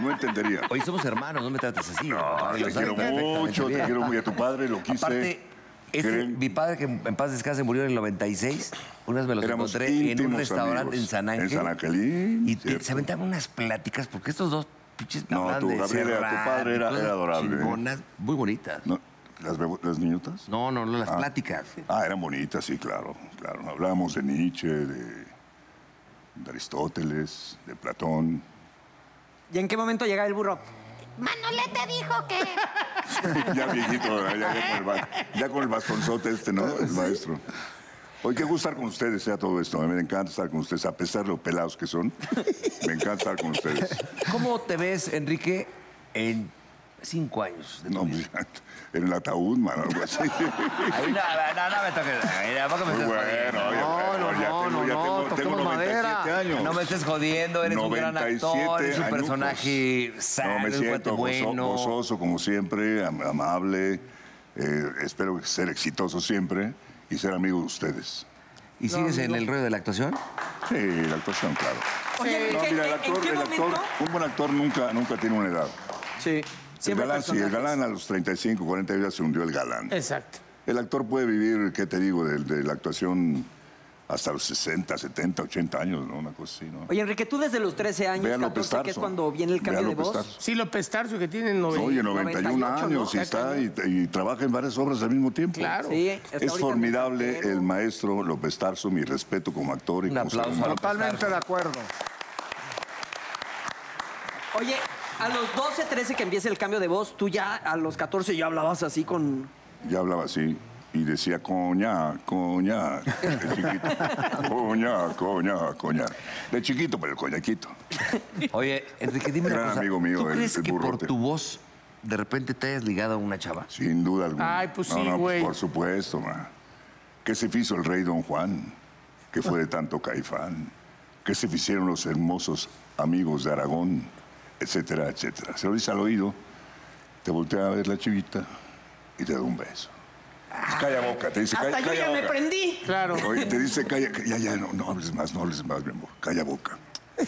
Speaker 5: No entendería.
Speaker 2: Oye, somos hermanos, no me trates así.
Speaker 5: No,
Speaker 2: Lo
Speaker 5: te
Speaker 2: sabes
Speaker 5: quiero
Speaker 2: perfectamente
Speaker 5: mucho, te
Speaker 2: bien.
Speaker 5: quiero muy a tu padre, lo quise.
Speaker 2: Aparte, Este,
Speaker 5: ¿Creen?
Speaker 2: mi padre, que en paz descanse, murió en el 96. Unas me los
Speaker 5: Éramos
Speaker 2: encontré en un
Speaker 5: íntimos
Speaker 2: restaurante
Speaker 5: amigos.
Speaker 2: en San Ángel.
Speaker 5: En San Angelín,
Speaker 2: Y te-
Speaker 5: cierto.
Speaker 2: se aventaban unas pláticas, porque estos dos pinches
Speaker 5: No,
Speaker 2: hablaban
Speaker 5: tu
Speaker 2: de
Speaker 5: Gabriel era- tu
Speaker 2: Serrat,
Speaker 5: padre era-
Speaker 2: cosas
Speaker 5: era adorable, ¿eh?
Speaker 2: chingonas, muy bonitas.
Speaker 5: ¿No? ¿Las, bebo- las niñotas?
Speaker 2: No, no, no, las
Speaker 5: Ah.
Speaker 2: pláticas.
Speaker 5: Ah, eran bonitas, sí, claro, claro. Hablábamos de Nietzsche, de, de Aristóteles, de Platón.
Speaker 1: ¿Y en qué momento llega el burro?
Speaker 6: Manolete dijo que.
Speaker 5: ya viejito, ¿verdad? ya, ya con el, ba- ya con el bastonzote este, ¿no? El maestro. Hoy qué gusto estar con ustedes, ya todo esto. A mí me encanta estar con ustedes, a pesar de lo pelados que son. Me encanta estar con ustedes.
Speaker 2: ¿Cómo te ves, Enrique, en cinco años? de tu
Speaker 5: No,
Speaker 2: vida?
Speaker 5: pues, ya, en el ataúd, mano, algo así.
Speaker 2: Ay, no, no, no, no me toques. ay, tampoco me estés
Speaker 5: Muy bueno,
Speaker 2: jodiendo.
Speaker 5: oye, bueno, ya
Speaker 4: no, no,
Speaker 5: tengo,
Speaker 4: no,
Speaker 5: ya tengo, tengo
Speaker 4: toquemos
Speaker 5: 97
Speaker 4: madera.
Speaker 5: años.
Speaker 2: No me estés jodiendo, eres un gran actor, eres un
Speaker 5: 97
Speaker 2: personaje sano,
Speaker 5: No, me
Speaker 2: un cuate
Speaker 5: siento gozo-
Speaker 2: bueno.
Speaker 5: gozoso como siempre, am- amable. eh, espero ser exitoso siempre y ser amigo de ustedes.
Speaker 2: ¿Y sigues en el rollo de la actuación?
Speaker 5: Sí, la actuación, claro.
Speaker 1: Oye,
Speaker 5: No,
Speaker 1: Enrique,
Speaker 5: mira, el
Speaker 1: ¿en- ¿en
Speaker 5: actor,
Speaker 1: qué
Speaker 5: el actor,
Speaker 1: momento?
Speaker 5: un buen actor nunca, nunca tiene una edad.
Speaker 1: Sí,
Speaker 5: El
Speaker 1: siempre
Speaker 5: galán, sí, el
Speaker 1: personajes. Eh.
Speaker 5: galán a los 35, 40 ya se hundió el galán.
Speaker 3: Exacto.
Speaker 5: El actor puede vivir, ¿qué te digo?, de, de la actuación hasta los 60, 70, 80 años, ¿no? Una cosa así, ¿no?
Speaker 1: Oye, Enrique, tú desde los 13 años,
Speaker 5: Vean López
Speaker 1: 14, que es
Speaker 5: Tarso.
Speaker 1: cuando viene el
Speaker 5: Vean
Speaker 1: cambio de
Speaker 5: López
Speaker 1: voz.
Speaker 5: Tarso.
Speaker 3: Sí, López Tarso, que tiene 90.
Speaker 5: Oye, 91
Speaker 1: 98, ¿no?
Speaker 5: años y está y, y trabaja en varias obras al mismo tiempo.
Speaker 3: Claro.
Speaker 1: Sí, hasta
Speaker 5: Es
Speaker 1: ahorita
Speaker 5: formidable
Speaker 1: Montero.
Speaker 5: el maestro López Tarso, mi respeto como actor y
Speaker 2: Un
Speaker 5: como ser
Speaker 2: aplauso a
Speaker 5: humano.
Speaker 2: López
Speaker 4: Totalmente de acuerdo.
Speaker 1: Oye, a los 12, 13 que empieza el cambio de voz, tú ya a los 14 ya hablabas así con...
Speaker 5: Ya hablaba así y decía coña, coña, de chiquito. coña, coña, coña. De chiquito, pero el coñaquito.
Speaker 2: Oye, Enrique, dime
Speaker 5: Gran
Speaker 2: una cosa.
Speaker 5: amigo mío,
Speaker 2: ¿Tú
Speaker 5: el-
Speaker 2: crees
Speaker 5: el
Speaker 2: que por
Speaker 5: burrote.
Speaker 2: tu voz de repente te hayas ligado a una chava?
Speaker 5: Sin duda alguna.
Speaker 3: Ay, pues
Speaker 5: No,
Speaker 3: sí,
Speaker 5: no,
Speaker 3: güey.
Speaker 5: por supuesto, ma. ¿Qué se hizo el rey Don Juan? Que fue de tanto caifán. ¿Qué se hicieron los hermosos amigos de Aragón? Etcétera, etcétera. Se lo dice al oído, te voltea a ver la chivita y te da un beso. Pues calla boca, te dice,
Speaker 1: Hasta
Speaker 5: calla,
Speaker 1: yo
Speaker 5: calla
Speaker 1: ya me
Speaker 5: boca.
Speaker 1: prendí.
Speaker 3: Claro.
Speaker 5: Oye, te dice, calla, ca- ya, ya, no, no hables más, no hables más, mi amor. Calla boca.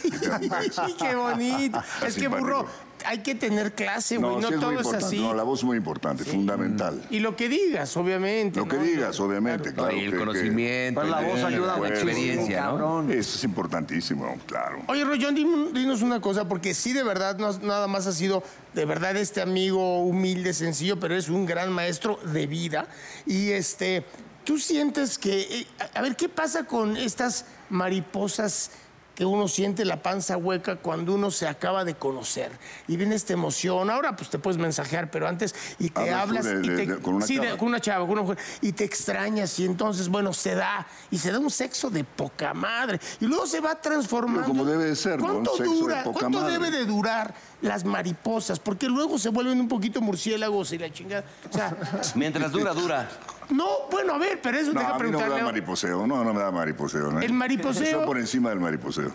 Speaker 5: Y te da un beso.
Speaker 3: Ay, qué bonito. es que,
Speaker 5: Simpático.
Speaker 3: burro, hay que tener clase, güey. No,
Speaker 5: sí es muy
Speaker 3: todo es
Speaker 5: importante.
Speaker 3: así.
Speaker 5: No, la voz es muy importante, fundamental.
Speaker 3: Y lo que digas, obviamente.
Speaker 5: Lo que
Speaker 3: ¿no?
Speaker 5: digas, obviamente, claro.
Speaker 2: Oye, el
Speaker 5: que- que-
Speaker 2: conocimiento,
Speaker 4: Pues la
Speaker 2: el-
Speaker 4: voz ayuda
Speaker 2: la
Speaker 4: muchísimo,
Speaker 2: experiencia, ¿no?
Speaker 5: Eso es importantísimo, claro.
Speaker 3: Oye, Rollón, dim- dinos una cosa, porque sí, de verdad, no has- nada más has sido, de verdad, este amigo humilde, sencillo, pero eres un gran maestro de vida. Y este, tú sientes que. eh, a- a ver, ¿qué pasa con estas mariposas que uno siente la panza hueca cuando uno se acaba de conocer? Y viene esta emoción. Ahora, pues te puedes mensajear, pero antes, y te hablas.
Speaker 5: Hablas tú Ah, de-
Speaker 3: y
Speaker 5: de-
Speaker 3: te,
Speaker 5: de- con una
Speaker 3: sí,
Speaker 5: chava.
Speaker 3: con una chava, con una mujer, y te extrañas, y entonces, bueno, se da, y se da un sexo de poca madre, y luego se va transformando.
Speaker 5: Pero como debe de ser, ¿no?
Speaker 3: ¿Cuánto
Speaker 5: Un sexo de
Speaker 3: dura?
Speaker 5: poca
Speaker 3: ¿Cuánto
Speaker 5: madre.
Speaker 3: debe de durar las mariposas? Porque luego se vuelven un poquito murciélagos y la chingada. O sea,
Speaker 2: Mientras dura, dura.
Speaker 3: no, bueno, a ver, pero eso
Speaker 5: No,
Speaker 3: deja
Speaker 5: a mí no me
Speaker 3: preguntarle.
Speaker 5: da mariposeo, no, no me da mariposeo. ¿no?
Speaker 3: El mariposeo.
Speaker 5: Estoy por encima del mariposeo.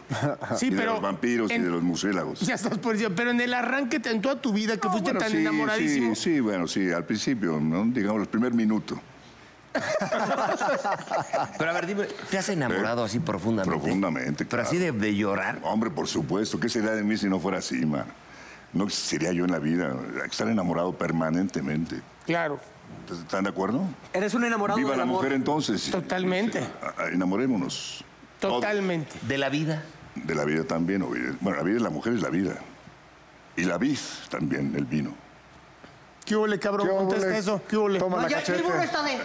Speaker 3: Sí,
Speaker 5: y de
Speaker 3: pero
Speaker 5: los vampiros y
Speaker 3: en-
Speaker 5: de los murciélagos.
Speaker 3: ya estás por encima, pero en el arranque te- en toda tu vida que
Speaker 5: No,
Speaker 3: fuiste
Speaker 5: bueno,
Speaker 3: tan
Speaker 5: sí,
Speaker 3: enamoradísimo.
Speaker 5: Sí, sí, bueno, sí, al principio, ¿no? digamos, el primer minuto.
Speaker 2: Pero a ver, dime, ¿te has enamorado así profundamente?
Speaker 5: Eh, Profundamente,
Speaker 2: Pero así de, de llorar.
Speaker 5: Hombre, por supuesto, ¿qué sería de mí si no fuera así, man? No existiría yo en la vida. Hay que Estar enamorado permanentemente.
Speaker 3: Claro,
Speaker 5: Entonces, ¿Están de acuerdo?
Speaker 1: Eres un enamorado
Speaker 5: Viva
Speaker 1: del
Speaker 5: la
Speaker 1: amor.
Speaker 5: mujer entonces.
Speaker 3: Totalmente.
Speaker 5: Ah, Enamorémonos.
Speaker 3: totalmente.
Speaker 2: De la vida.
Speaker 5: De la vida también. obvio. Bueno, la vida de la mujer es la vida. Y la vid también, el vino.
Speaker 3: ¿Qué huele, cabrón?
Speaker 4: ¿Qué
Speaker 3: Contesta
Speaker 4: ole?
Speaker 3: eso. ¿Qué huele?
Speaker 4: Toma la
Speaker 1: Ya, el
Speaker 4: cachete.
Speaker 1: burro está de...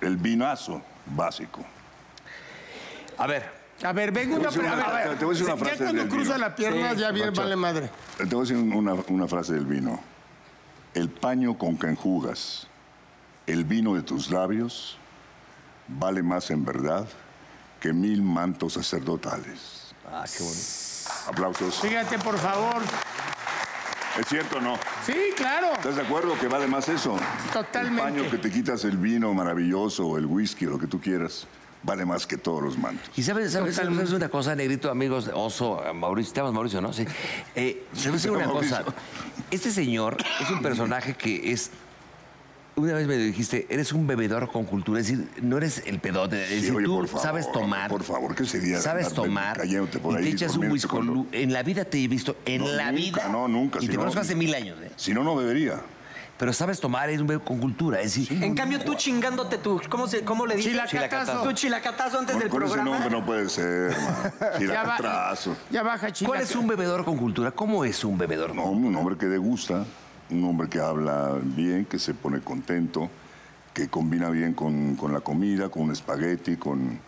Speaker 5: El vinazo básico.
Speaker 2: A ver,
Speaker 3: A ver, venga una,
Speaker 5: Te voy a decir
Speaker 3: pre-
Speaker 5: una-
Speaker 3: a ver,
Speaker 5: te voy a decir una
Speaker 3: ya
Speaker 5: frase
Speaker 3: cuando
Speaker 5: del
Speaker 3: cruza
Speaker 5: libro.
Speaker 3: la pierna, ya bien vale madre.
Speaker 5: Te voy a decir una, una frase del vino. El paño con que enjugas el vino de tus labios vale más en verdad que mil mantos sacerdotales. Ah, qué bonito. Aplausos.
Speaker 3: Fíjate, por favor.
Speaker 5: ¿Es cierto o no?
Speaker 3: Sí, claro.
Speaker 5: ¿Estás de acuerdo que vale más eso?
Speaker 3: Totalmente.
Speaker 5: El paño que te quitas el vino maravilloso o el whisky o lo que tú quieras vale más que todos los mantos.
Speaker 2: y sabes, sabes, sabes
Speaker 3: Totalmente.
Speaker 2: una cosa, negrito, amigos, oso, eh, Mauricio, te llamas Mauricio, ¿no? Sí. Eh, te voy a decir una cosa.
Speaker 5: Mauricio.
Speaker 2: Este señor es un personaje que es. Una vez me dijiste, eres un bebedor con cultura, es decir, no eres el pedote, es
Speaker 5: Sí,
Speaker 2: decir,
Speaker 5: oye,
Speaker 2: tú
Speaker 5: por favor,
Speaker 2: sabes tomar.
Speaker 5: por favor, ¿qué sería de
Speaker 2: Sabes
Speaker 5: andar
Speaker 2: tomar
Speaker 5: cayéndote por
Speaker 2: y
Speaker 5: ahí,
Speaker 2: te echas un
Speaker 5: durmiéndote
Speaker 2: whisky.
Speaker 5: con lo-
Speaker 2: En la vida te he visto, en
Speaker 5: No,
Speaker 2: la
Speaker 5: nunca,
Speaker 2: vida.
Speaker 5: no, nunca,
Speaker 2: Y
Speaker 5: si
Speaker 2: te
Speaker 5: no-
Speaker 2: conozco hace mil años, ¿eh?
Speaker 5: Si no, no bebería.
Speaker 7: pero sabes tomar, es un bebé con cultura. Es decir,
Speaker 1: En cambio, tú chingándote tú. ¿Cómo, se, cómo le dices?
Speaker 3: Chilacatazo.
Speaker 1: Tu chilacatazo antes
Speaker 5: Con,
Speaker 1: del
Speaker 5: con ese
Speaker 1: programa.
Speaker 5: nombre no puede ser, mano.
Speaker 3: Ya, ba-
Speaker 5: Chiracatrazo.
Speaker 3: ya baja, chica.
Speaker 7: ¿cuál es un bebedor con cultura? ¿Cómo es un bebedor?
Speaker 5: No, un hombre que degusta, un hombre que habla bien, que se pone contento, que combina bien con, con la comida, con un espagueti, con...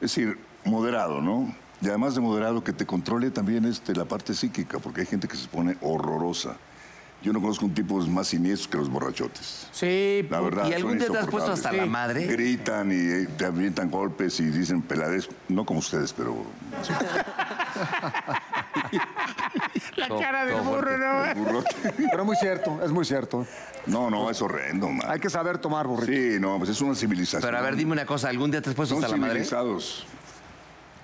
Speaker 5: Es decir, moderado, ¿no? Y además de moderado, que te controle también este, la parte psíquica, porque hay gente que se pone horrorosa. Yo no conozco un tipo más siniestro que los borrachotes.
Speaker 3: Sí,
Speaker 5: La verdad,
Speaker 7: ¿Y algún
Speaker 5: son
Speaker 7: día te has puesto hasta la
Speaker 5: insoportables.
Speaker 7: madre?
Speaker 5: Gritan y eh, te avientan golpes y dicen peladez. No como ustedes, pero...
Speaker 3: la cara del burro, ¿no?
Speaker 5: burrote.
Speaker 4: Pero muy cierto, es muy cierto.
Speaker 5: No, no, es horrendo, man.
Speaker 4: Hay que saber tomar, burrito.
Speaker 5: Sí, no, pues es una civilización.
Speaker 7: Pero a ver, dime una cosa, ¿algún día te has puesto
Speaker 5: Son
Speaker 7: hasta la madre?
Speaker 5: civilizados.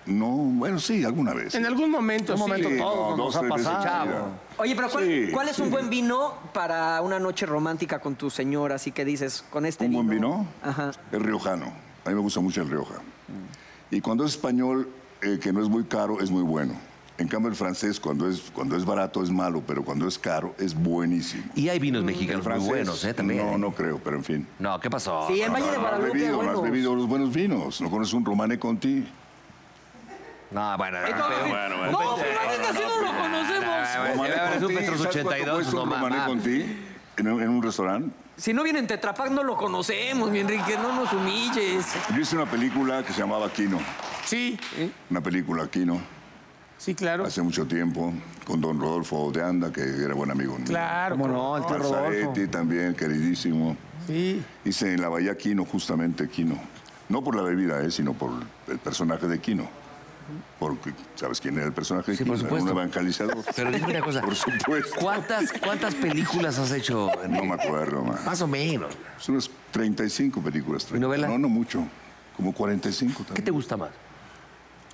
Speaker 5: No, bueno, sí, alguna vez.
Speaker 3: En algún momento,
Speaker 4: Un
Speaker 3: sí.
Speaker 4: momento
Speaker 5: Sí,
Speaker 4: todos
Speaker 5: no,
Speaker 4: nos
Speaker 5: dos,
Speaker 4: ha
Speaker 5: tres veces en
Speaker 4: pasado.
Speaker 5: mi vida.
Speaker 1: Oye, pero ¿cuál,
Speaker 5: Sí,
Speaker 1: cuál es
Speaker 5: sí.
Speaker 1: un buen vino para una noche romántica con tu señora? Así que dices, con este
Speaker 5: ¿Un
Speaker 1: vino.
Speaker 5: buen vino?
Speaker 1: Ajá.
Speaker 5: El riojano. A mí me gusta mucho el rioja.
Speaker 4: Mm.
Speaker 5: Y cuando es español, eh, que no es muy caro, es muy bueno. En cambio, el francés, cuando es, cuando es barato, es malo, pero cuando es caro, es buenísimo.
Speaker 7: Y hay vinos
Speaker 5: Mm, El
Speaker 7: mexicanos muy
Speaker 5: francés,
Speaker 7: buenos, ¿eh? También.
Speaker 5: No,
Speaker 7: ¿eh?
Speaker 5: no creo, pero en fin.
Speaker 7: No, ¿qué pasó?
Speaker 1: Sí, en Valle de
Speaker 5: No has
Speaker 1: Guadalupe,
Speaker 5: bebido, no has
Speaker 1: buenos.
Speaker 5: bebido los buenos vinos. ¿No conoces un Romane Conti?
Speaker 7: No, bueno, no,
Speaker 1: Entonces,
Speaker 7: pero-
Speaker 1: No, pues maldita sea, no lo conocemos.
Speaker 7: Ah, bueno,
Speaker 5: Romane
Speaker 7: ya abres un
Speaker 5: Conti,
Speaker 7: Petros
Speaker 5: ¿sabes cuánto
Speaker 7: 82,
Speaker 5: cuesta un
Speaker 7: no,
Speaker 5: Romane
Speaker 7: mamá.
Speaker 5: Conti en un- en un restaurante?
Speaker 1: Si no vienen Tetrapac, no lo conocemos, mi Enrique, no nos humilles.
Speaker 5: Yo hice una película que se llamaba Aquino.
Speaker 3: Sí,
Speaker 5: Una película Aquino,
Speaker 3: sí, claro.
Speaker 5: hace mucho tiempo, con don Rodolfo de Anda, que era buen amigo. mío.
Speaker 3: Claro.
Speaker 4: ¿Cómo no? El tío Rodolfo.
Speaker 5: Mazzaretti también, queridísimo.
Speaker 3: Sí.
Speaker 5: Hice en la Bahía Quino, justamente Quino. No por la bebida, eh, sino por el personaje de Quino. Porque, ¿sabes quién era el personaje de
Speaker 7: Sí,
Speaker 5: Quino?
Speaker 7: por
Speaker 5: Era
Speaker 7: supuesto.
Speaker 5: un evangelizador.
Speaker 7: Pero dime una cosa.
Speaker 5: Por supuesto.
Speaker 7: ¿Cuántas, ¿Cuántas películas has hecho?
Speaker 5: No
Speaker 7: Enrique?
Speaker 5: me acuerdo, man.
Speaker 7: Más o menos.
Speaker 5: Son unas 35 películas.
Speaker 7: ¿Y novela?
Speaker 5: No, no mucho. Como 45 también.
Speaker 7: ¿Qué te gusta más?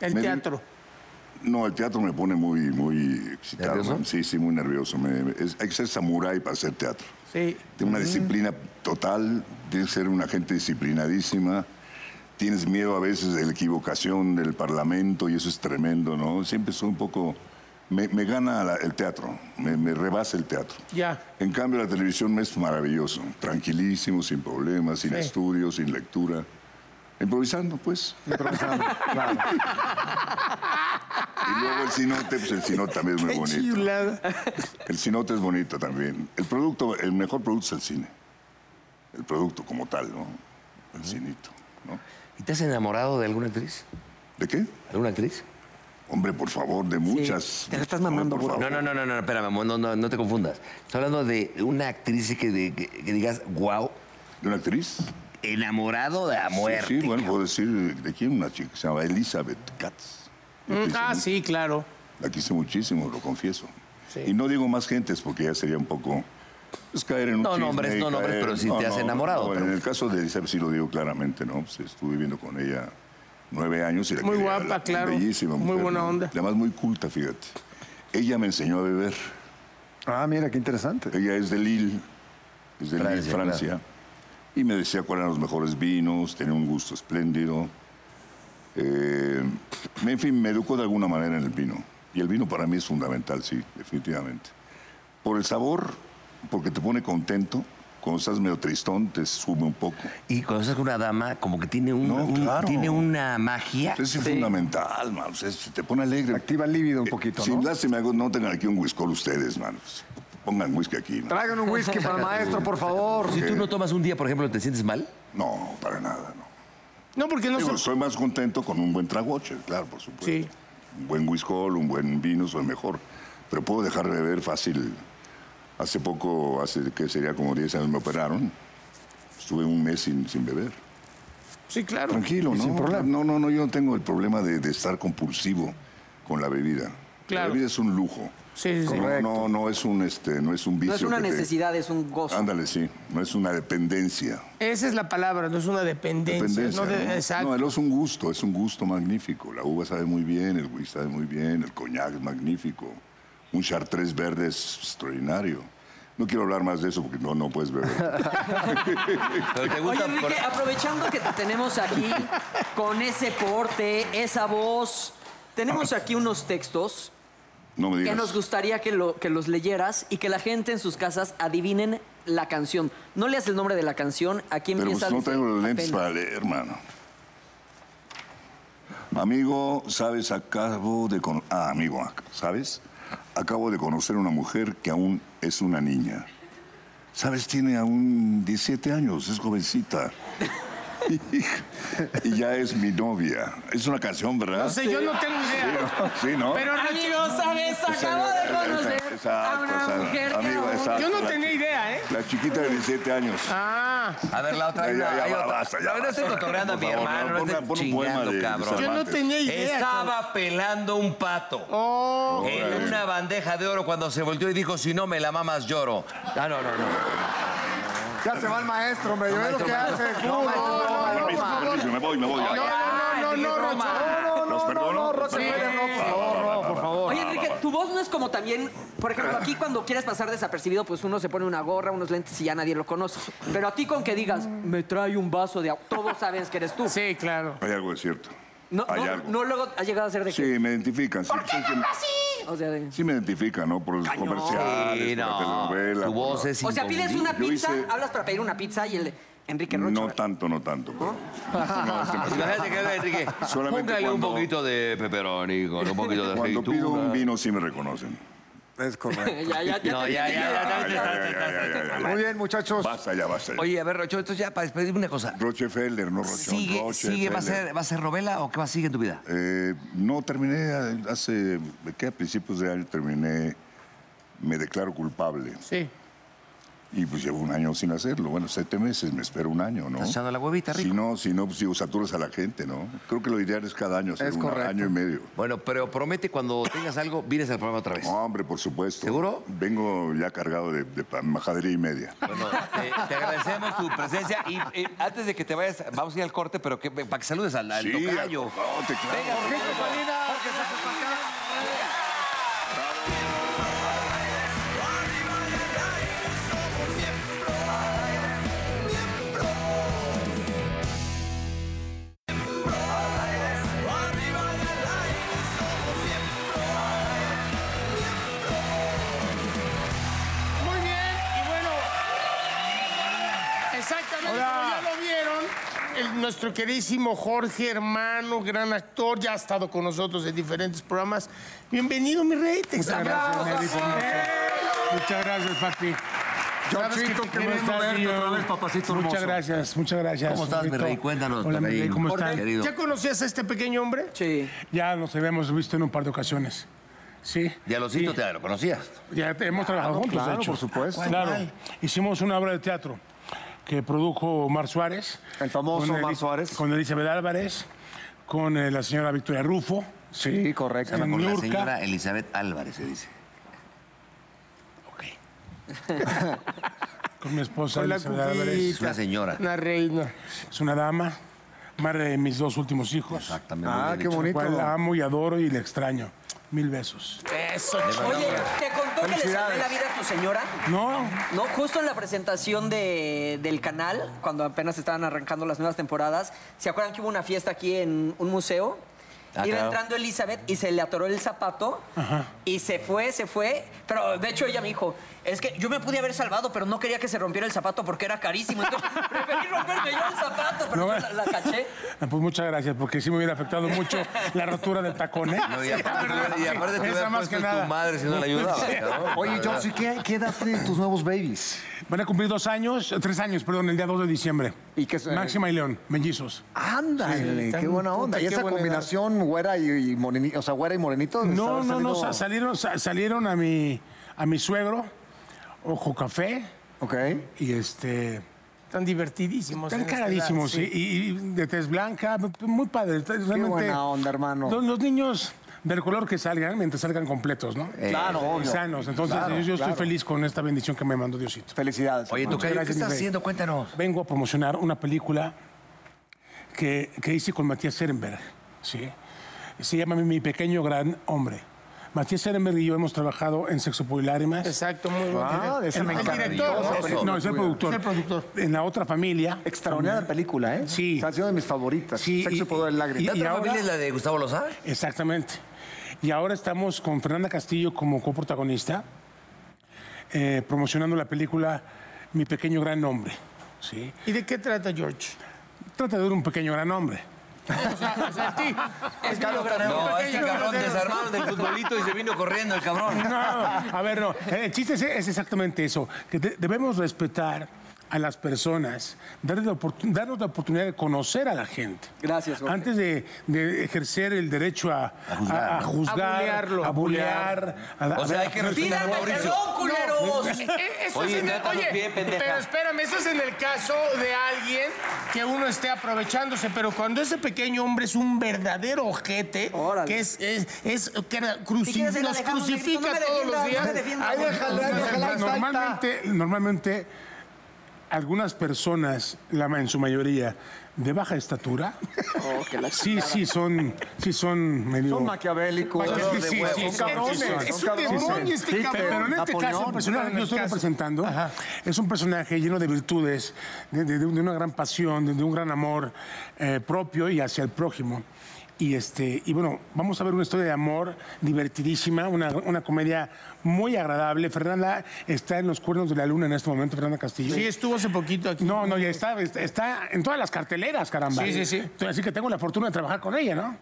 Speaker 3: El
Speaker 5: Me-
Speaker 3: teatro.
Speaker 5: No, el teatro me pone muy, muy excitado.
Speaker 7: ¿Nervioso?
Speaker 5: man. Sí, sí, muy nervioso. Me- me- es- hay que ser samurái para hacer teatro.
Speaker 3: Sí.
Speaker 5: Tiene
Speaker 7: Mm.
Speaker 5: una disciplina total, tienes que ser una gente disciplinadísima. Tienes miedo a veces de la equivocación del Parlamento y eso es tremendo, ¿no? Siempre soy un poco... Me, me gana la- el teatro, me, me rebasa el teatro.
Speaker 3: Ya.
Speaker 5: En cambio, la televisión es maravilloso, tranquilísimo, sin problemas, sin
Speaker 3: Sí.
Speaker 5: estudios, sin lectura. Improvisando, pues.
Speaker 4: Improvisando, claro.
Speaker 5: Y luego el cinote, pues el cinote también es muy
Speaker 3: Qué
Speaker 5: bonito.
Speaker 3: chulada.
Speaker 5: El cinote es bonito también. El producto, el mejor producto es el cine. El producto como tal, ¿no? El cinito, ¿no?
Speaker 7: ¿Y te has enamorado de alguna actriz?
Speaker 5: ¿De qué?
Speaker 7: ¿Alguna actriz?
Speaker 5: Hombre, por favor, de muchas.
Speaker 1: Te la estás mamando,
Speaker 5: Hombre, por
Speaker 7: No,
Speaker 5: favor.
Speaker 7: no, no, no, no, espérame, amor, no, no, no te confundas. Estoy hablando de una actriz que, de- que- que digas, wow,
Speaker 5: ¿De una actriz?
Speaker 7: enamorado de la muerte.
Speaker 5: Sí, sí, bueno, puedo decir de quién una chica que se llama Elizabeth Katz.
Speaker 3: Mm, Ah, sí, claro.
Speaker 5: La quise muchísimo, lo confieso.
Speaker 3: Sí.
Speaker 5: Y no digo más gentes porque ya sería un poco. Es caer en un
Speaker 7: No,
Speaker 5: chisme
Speaker 7: nombres,
Speaker 5: y
Speaker 7: no nombres,
Speaker 5: caer-
Speaker 7: pero sí te has enamorado,
Speaker 5: no,
Speaker 7: pero-
Speaker 5: En el caso de Elizabeth sí lo digo claramente, ¿no? Pues estuve viviendo con ella nueve años y la
Speaker 3: Muy
Speaker 5: quería,
Speaker 3: guapa,
Speaker 5: la-
Speaker 3: claro.
Speaker 5: Bellísima,
Speaker 3: Muy
Speaker 5: mujer,
Speaker 3: buena
Speaker 5: ¿no?
Speaker 3: onda.
Speaker 5: Además, muy culta, fíjate. Ella me enseñó a beber.
Speaker 4: Ah, mira, qué interesante.
Speaker 5: Ella es de Lille, es de Lille,
Speaker 7: Francia, claro.
Speaker 5: Francia. Y me decía cuáles eran los mejores vinos, tenía un gusto espléndido. Eh, en fin, me educó de alguna manera en el vino. Y el vino para mí es fundamental, sí, definitivamente. Por el sabor, porque te pone contento. Cuando estás medio tristón, te sube un poco.
Speaker 7: Y cuando estás con una dama, como que tiene, un,
Speaker 5: No,
Speaker 7: un-
Speaker 5: claro.
Speaker 7: tiene una magia.
Speaker 5: Es fundamental, man. o sea, te pone alegre.
Speaker 4: Activa el líbido un poquito,
Speaker 5: Sin
Speaker 4: ¿no?
Speaker 5: lástima, no tengan aquí un whisky ustedes, man. Pongan whisky aquí. man.
Speaker 4: Traigan un whisky para el maestro, por favor.
Speaker 7: Si tú no tomas un día, por ejemplo, ¿te sientes mal?
Speaker 5: No, para nada, no.
Speaker 3: No, porque no
Speaker 5: Digo,
Speaker 3: son.
Speaker 5: soy más contento con un buen tragoche, claro, por supuesto.
Speaker 3: Sí.
Speaker 5: Un buen whisky, un buen vino, soy mejor. Pero puedo dejar de beber fácil. Hace poco, hace que sería como 10 años, me operaron. Estuve un mes sin, sin beber.
Speaker 3: Sí, claro.
Speaker 5: Tranquilo, ¿no?
Speaker 4: sin problema.
Speaker 5: No, no, no, yo no tengo el problema de, de estar compulsivo con la bebida.
Speaker 3: Claro.
Speaker 5: La bebida es un lujo.
Speaker 3: Sí, sí, sí.
Speaker 5: No, no, no es un, este, no es un vicio.
Speaker 1: No es una
Speaker 5: que te-
Speaker 1: necesidad, es un gozo.
Speaker 5: Ándale, sí. No es una dependencia.
Speaker 3: Esa es la palabra, no es una dependencia.
Speaker 5: Dependencia,
Speaker 3: no de-
Speaker 5: ¿no?
Speaker 3: Exacto.
Speaker 5: No, el oso es un gusto, es un gusto magnífico. La uva sabe muy bien, el whisky sabe muy bien, el coñac es magnífico. Un chartres verde es extraordinario. No quiero hablar más de eso porque no, no puedes beber.
Speaker 7: Pero te
Speaker 1: Oye,
Speaker 7: gusta
Speaker 1: Enrique, aprovechando que te tenemos aquí con ese porte, esa voz, tenemos aquí unos textos
Speaker 5: No me
Speaker 1: que
Speaker 5: digas.
Speaker 1: nos gustaría que, lo, que los leyeras y que la gente en sus casas adivinen la canción. No leas el nombre de la canción, aquí
Speaker 5: Pero
Speaker 1: empieza
Speaker 5: pues no
Speaker 1: desde
Speaker 5: tengo los lentes
Speaker 1: apenas.
Speaker 5: para leer, hermano. Amigo, sabes, acabo de con... Ah, amigo, ac- ¿sabes? Acabo de conocer una mujer que aún es una niña. ¿Sabes? Tiene aún 17 años, es jovencita. y ya es mi novia. Es una canción, ¿verdad?
Speaker 3: No sé, yo no tengo idea.
Speaker 5: Sí, ¿no?
Speaker 3: Pero
Speaker 1: Amigo, ¿sabes? Acabo
Speaker 5: Esa-
Speaker 1: de conocer
Speaker 5: esa- exacto,
Speaker 1: a una
Speaker 5: exacto.
Speaker 1: mujer que
Speaker 5: Amigo,
Speaker 1: aún-
Speaker 5: exacto.
Speaker 3: yo no
Speaker 5: La
Speaker 3: tenía
Speaker 5: chi-
Speaker 3: idea, ¿eh?
Speaker 5: La chiquita de 17 años.
Speaker 3: Ah,
Speaker 2: A ver, la otra.
Speaker 5: Ya,
Speaker 2: hay
Speaker 5: ya,
Speaker 2: una-
Speaker 5: ya,
Speaker 2: hay
Speaker 5: va,
Speaker 2: otra.
Speaker 5: basta, ya,
Speaker 2: La verdad
Speaker 5: basta.
Speaker 2: estoy cotorreando a
Speaker 5: Por
Speaker 2: mi
Speaker 5: favor,
Speaker 2: hermano, no
Speaker 5: pon-
Speaker 2: estoy
Speaker 5: pon un poema
Speaker 2: chingando,
Speaker 5: de- de
Speaker 2: cabrón.
Speaker 3: yo no
Speaker 5: Cervantes.
Speaker 3: tenía idea. cabrón.
Speaker 2: Estaba pelando un pato
Speaker 3: Oh,
Speaker 2: en una bandeja de oro cuando se volteó y dijo, si no me la mamas lloro. Ah, no, no, no.
Speaker 4: Ya se va el maestro, me dio lo que hace.
Speaker 3: no,
Speaker 4: No,
Speaker 3: no,
Speaker 5: Permiso, permiso, me voy, me voy. ya.
Speaker 3: no, no, no, no, no,
Speaker 1: Roma.
Speaker 3: Rocha.
Speaker 4: no,
Speaker 5: Los perdono,
Speaker 4: no,
Speaker 5: los
Speaker 4: Rockefeller, no, por favor, no, por favor.
Speaker 1: Oye, Enrique, tu voz no es como también, por ejemplo, aquí cuando quieres pasar desapercibido, pues uno se pone una gorra, unos lentes y ya nadie lo conoce. Pero a ti con que digas, me trae un vaso de agua, todos saben que eres tú.
Speaker 3: Sí, claro.
Speaker 5: Hay algo de cierto.
Speaker 1: No,
Speaker 5: Hay
Speaker 1: no,
Speaker 5: algo.
Speaker 1: no luego ha llegado a ser de que...
Speaker 5: Sí, me identifican. sí, sí, sí,
Speaker 6: Así.
Speaker 1: O sea, de-
Speaker 5: sí me identifican, ¿no? Por los comerciales,
Speaker 2: Sí,
Speaker 5: por la
Speaker 2: no.
Speaker 5: telenovela.
Speaker 2: Tu
Speaker 5: por
Speaker 2: voz
Speaker 5: la-
Speaker 2: es
Speaker 1: O sea, pides una
Speaker 5: Yo
Speaker 1: pizza,
Speaker 5: hice-
Speaker 1: hablas para pedir una pizza y el de Enrique Rocha.
Speaker 5: No tanto, no tanto. pero- No, es demasiado.
Speaker 2: Imagínate que haga Enrique.
Speaker 5: Solamente
Speaker 2: Póngale un
Speaker 5: cuando-
Speaker 2: poquito de pepperoni con un poquito de
Speaker 5: Cuando pido
Speaker 2: aceituna.
Speaker 5: un vino sí me reconocen.
Speaker 4: Es correcto.
Speaker 1: ya, ya, ya.
Speaker 2: No,
Speaker 1: te-
Speaker 2: ya, ya, ya, ya,
Speaker 5: Ya,
Speaker 2: ya,
Speaker 5: ya,
Speaker 2: ya, ya,
Speaker 5: ya,
Speaker 2: ya.
Speaker 5: ya, ya, ya, ya.
Speaker 4: Muy bien, muchachos.
Speaker 5: Basta ya, basta. ya.
Speaker 2: Oye, a ver, Rocho, esto ya para despedirme una cosa.
Speaker 5: Rochefelder, no Rochon,
Speaker 2: ¿Sigue,
Speaker 5: Rochefelder.
Speaker 2: sigue va, a ser, ¿Va a ser novela o qué va a seguir en tu vida?
Speaker 5: Eh, no, terminé a- hace... ¿Qué? A principios de año terminé... Me declaro culpable.
Speaker 3: Sí.
Speaker 5: Y pues llevo un año sin hacerlo. Bueno, siete meses, me espero un año, ¿no?
Speaker 2: Estás echando la huevita, rico.
Speaker 5: Si no, si no, pues digo, saturas a la gente, ¿no? Creo que lo ideal es cada año, hacer
Speaker 4: Es
Speaker 5: un
Speaker 4: correcto.
Speaker 5: año y medio.
Speaker 2: Bueno, pero promete cuando tengas algo, vienes al programa otra vez.
Speaker 5: Hombre, por supuesto.
Speaker 2: ¿Seguro?
Speaker 5: Vengo ya cargado de, de pa- majadería y media.
Speaker 2: Bueno, eh, te agradecemos tu presencia y eh, antes de que te vayas, vamos a ir al corte, pero que, para que saludes al, al tocayo.
Speaker 5: al cocote, claro.
Speaker 2: Venga,
Speaker 3: Muy bien, y bueno, exactamente como ya lo vieron, el- nuestro queridísimo Jorge, hermano, gran actor, ya ha estado con nosotros en diferentes programas. Bienvenido, mi rey, te Eh,
Speaker 4: Muchas gracias,
Speaker 3: extrañamos.
Speaker 4: Nelly,
Speaker 8: Muchas- Muchas gracias, papi. Sabes
Speaker 4: Chito,
Speaker 8: te
Speaker 4: qué
Speaker 8: quiero
Speaker 4: bueno
Speaker 8: estar,
Speaker 4: verte
Speaker 8: tío.
Speaker 4: otra vez, papacito
Speaker 8: Muchas
Speaker 4: hermoso.
Speaker 8: gracias, muchas gracias.
Speaker 2: ¿Cómo estás, mi
Speaker 8: Jorgito?
Speaker 2: rey? Cuéntanos,
Speaker 8: Hola, mi
Speaker 2: mi
Speaker 8: rey,
Speaker 2: rey.
Speaker 8: ¿cómo
Speaker 2: Jorge,
Speaker 8: estás?
Speaker 2: querido.
Speaker 3: ¿Ya conocías a este pequeño hombre?
Speaker 1: Sí.
Speaker 8: Ya nos habíamos visto en un par de ocasiones. Sí.
Speaker 2: Ya lo siento, te lo conocías.
Speaker 8: Ya te- hemos trabajado juntos,
Speaker 4: claro,
Speaker 8: de hecho.
Speaker 4: por supuesto.
Speaker 8: Claro. Hicimos una obra de teatro que produjo Omar Suárez.
Speaker 4: El famoso
Speaker 8: con
Speaker 4: Omar
Speaker 8: Eli-
Speaker 4: Suárez.
Speaker 8: Con Elizabeth Álvarez, con eh, la señora Victoria Rufo. Sí,
Speaker 4: correcto.
Speaker 8: Con
Speaker 2: Con la
Speaker 8: Niurka.
Speaker 2: señora Elizabeth Álvarez, se dice.
Speaker 8: Ok. con mi esposa
Speaker 3: Hola,
Speaker 8: Elizabeth Álvarez.
Speaker 2: Es una señora.
Speaker 3: Una reina.
Speaker 8: Es una dama, madre de mis dos últimos hijos.
Speaker 2: Exactamente.
Speaker 4: Ah, qué
Speaker 8: La
Speaker 4: bonito.
Speaker 8: cual la amo y adoro y la extraño. Mil besos.
Speaker 3: Eso,
Speaker 1: Oye, ¿te contó que le salvé
Speaker 4: Felicidades.
Speaker 1: la vida a tu señora?
Speaker 8: No,
Speaker 1: No, justo en la presentación de- del canal, cuando apenas estaban arrancando las nuevas temporadas, ¿se acuerdan que hubo una fiesta aquí en un museo?
Speaker 2: Ah,
Speaker 1: Iba
Speaker 2: claro.
Speaker 1: entrando Elizabeth y se le atoró el zapato y se fue, se fue. Pero de hecho ella me dijo, es que yo me pude haber salvado, pero no quería que se rompiera el zapato porque era carísimo. Entonces preferí romperme yo el zapato, pero
Speaker 8: No,
Speaker 1: yo la, la caché.
Speaker 8: Ah, pues muchas gracias, porque sí me hubiera afectado mucho la rotura del tacón, ¿eh?
Speaker 2: No, y aparte, y aparte te
Speaker 8: Esa
Speaker 2: hubiera
Speaker 8: más
Speaker 2: puesto
Speaker 8: que
Speaker 2: en
Speaker 8: nada.
Speaker 2: tu madre si no la ayudabas. cabrón.
Speaker 4: Oye, Johnson, ¿qué, ¿qué edad tienen tus nuevos babies?
Speaker 8: Van a cumplir dos años, eh, tres años, perdón, el día 2 de diciembre.
Speaker 4: ¿Y qué se-
Speaker 8: Máxima y León, mellizos.
Speaker 4: Ándale,
Speaker 3: están-
Speaker 4: qué buena
Speaker 3: puta,
Speaker 4: onda. y
Speaker 3: qué
Speaker 4: esa
Speaker 3: buena
Speaker 4: combinación güera y, y morenito, o sea, güera y morenito. les
Speaker 8: No,
Speaker 4: ha
Speaker 8: no,
Speaker 4: salido-
Speaker 8: no, sa- salieron, sa- salieron a mi, a mi suegro, ojo café,
Speaker 4: Ok.
Speaker 8: y este...
Speaker 3: Están divertidísimos.
Speaker 8: Están
Speaker 3: en esta edad,
Speaker 8: caradísimos, sí, y, y de tez blanca, muy padre. está- Realmente,
Speaker 4: buena onda, hermano.
Speaker 8: Los, los niños del color que salgan, mientras salgan completos, ¿no?
Speaker 4: Eh, Claro,
Speaker 8: Y
Speaker 4: obvio.
Speaker 8: sanos. Entonces,
Speaker 4: Claro,
Speaker 8: yo, yo
Speaker 4: claro.
Speaker 8: estoy feliz con esta bendición que me mandó Diosito.
Speaker 4: Felicidades.
Speaker 2: Oye,
Speaker 4: hermano.
Speaker 2: tocayo, ¿qué
Speaker 8: gracias, mi
Speaker 2: estás
Speaker 8: rey.
Speaker 2: haciendo? Cuéntanos.
Speaker 8: Vengo a promocionar una película que, que hice con Matías Ehrenberg, ¿sí? Se llama Mi pequeño gran hombre. Matías Ehrenberg y yo hemos trabajado en Sexo Polio y Lágrimas.
Speaker 3: Exacto, muy bien.
Speaker 4: Ah, de esa me
Speaker 3: el
Speaker 4: encanta.
Speaker 3: director, ¿no?
Speaker 8: No, es el productor.
Speaker 3: Es el productor.
Speaker 8: En la otra familia.
Speaker 4: Extraordinaria película, ¿eh?
Speaker 8: Sí.
Speaker 4: O sea, ha sido de mis favoritas.
Speaker 8: Sí,
Speaker 4: Sexo,
Speaker 8: y-
Speaker 4: poder,
Speaker 8: y-
Speaker 4: lágrimas.
Speaker 2: ¿La otra
Speaker 8: ahora-
Speaker 2: familia es la de Gustavo Lozada?
Speaker 8: Exactamente. Y ahora estamos con Fernanda Castillo como coprotagonista, eh, promocionando la película Mi pequeño gran hombre. ¿sí?
Speaker 3: ¿Y de qué trata George?
Speaker 8: Trata de un pequeño gran hombre.
Speaker 3: O sea, o sea, a ti. Es
Speaker 1: Carlos
Speaker 3: mío, pero
Speaker 1: Granado.
Speaker 2: No,
Speaker 3: pequeño,
Speaker 2: este cabrón
Speaker 3: grosero.
Speaker 2: desarmaron del futbolito y se vino corriendo el cabrón.
Speaker 8: No, a ver, no. Eh, El chiste es, es exactamente eso, que de- debemos respetar a las personas, darles la oportu- darnos la oportunidad de conocer a la gente.
Speaker 1: Gracias, Jorge.
Speaker 8: Antes de, de ejercer el derecho a, a juzgar, a,
Speaker 3: A bulearlo.
Speaker 8: bulear, a- a
Speaker 2: O sea,
Speaker 8: ver,
Speaker 2: hay que
Speaker 8: no,
Speaker 2: respetar a
Speaker 1: ¡Tírame,
Speaker 2: Mauricio.
Speaker 1: perdón, culeros!
Speaker 3: Eh, eso
Speaker 2: Oye,
Speaker 3: es en el-
Speaker 2: trata los
Speaker 3: oye,
Speaker 2: bien, pendeja.
Speaker 3: pero espérame, eso es en el caso de alguien que uno esté aprovechándose, pero cuando ese pequeño hombre es un verdadero ojete,
Speaker 1: Órale.
Speaker 3: que es, es, es- que era cruci-
Speaker 1: Si quieres,
Speaker 3: los
Speaker 1: Alejandro, no
Speaker 3: crucifica
Speaker 1: me
Speaker 3: todos
Speaker 1: defiendas,
Speaker 3: los días.
Speaker 1: no me defiendas.
Speaker 3: Ahí déjala,
Speaker 4: Ahí déjala, ahí está, ahí está.
Speaker 8: Normalmente, normalmente, algunas personas, la, ma- en su mayoría, de baja estatura, sí, sí, son, sí son medio...
Speaker 4: Son maquiavélicos.
Speaker 8: Sí, sí, sí, sí,
Speaker 4: son
Speaker 8: sí,
Speaker 4: cabrones.
Speaker 8: sí,
Speaker 4: son
Speaker 8: sí,
Speaker 3: es un
Speaker 4: cabrones.
Speaker 3: demonio este
Speaker 8: Sí,
Speaker 3: cabrón.
Speaker 8: Pero en este
Speaker 4: Napoleón,
Speaker 8: caso, el
Speaker 3: en
Speaker 8: personaje que yo
Speaker 3: el
Speaker 8: estoy
Speaker 3: caso.
Speaker 8: representando es un personaje lleno de virtudes, de, de- de una gran pasión, de, de un gran amor eh, propio y hacia el prójimo. Y, este, y bueno, vamos a ver una historia de amor divertidísima, una, una comedia muy agradable. Fernanda está en los cuernos de la luna en este momento, Fernanda Castillo.
Speaker 3: Sí, estuvo hace poquito aquí.
Speaker 8: No, no, ya está, está- está en todas las carteleras, caramba.
Speaker 3: Sí, sí, sí.
Speaker 8: Entonces, Así que tengo la fortuna de trabajar con ella, ¿no?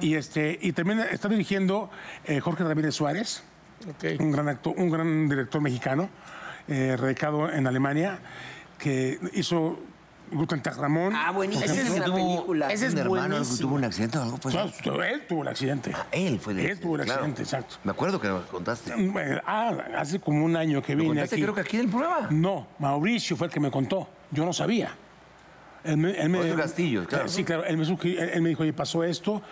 Speaker 8: Y este, y también está dirigiendo eh, Jorge Ramírez Suárez,
Speaker 3: Ok.
Speaker 8: un gran acto- un gran director mexicano, eh, radicado en Alemania, que hizo Guten Tag Ramón.
Speaker 1: Ah, buenísimo. Esa es la película.
Speaker 3: Ese es
Speaker 2: ¿Un hermano
Speaker 3: buenísimo.
Speaker 2: tuvo un accidente o algo? Pues,
Speaker 8: Claro, él tuvo el accidente.
Speaker 1: Ah, eh.
Speaker 2: él fue el
Speaker 8: Él tuvo el
Speaker 2: claro.
Speaker 8: accidente, exacto.
Speaker 2: Me acuerdo que lo contaste.
Speaker 8: Bueno, Ah, hace como un año que
Speaker 2: Lo
Speaker 8: vine
Speaker 2: contaste
Speaker 8: aquí.
Speaker 2: creo que aquí en el programa.
Speaker 8: No, Mauricio fue el que me contó. Yo no sabía. Él me, él me-
Speaker 2: Otro Castillo, claro.
Speaker 8: Sí, claro. Él me, sugir- él- él me dijo, oye, pasó esto.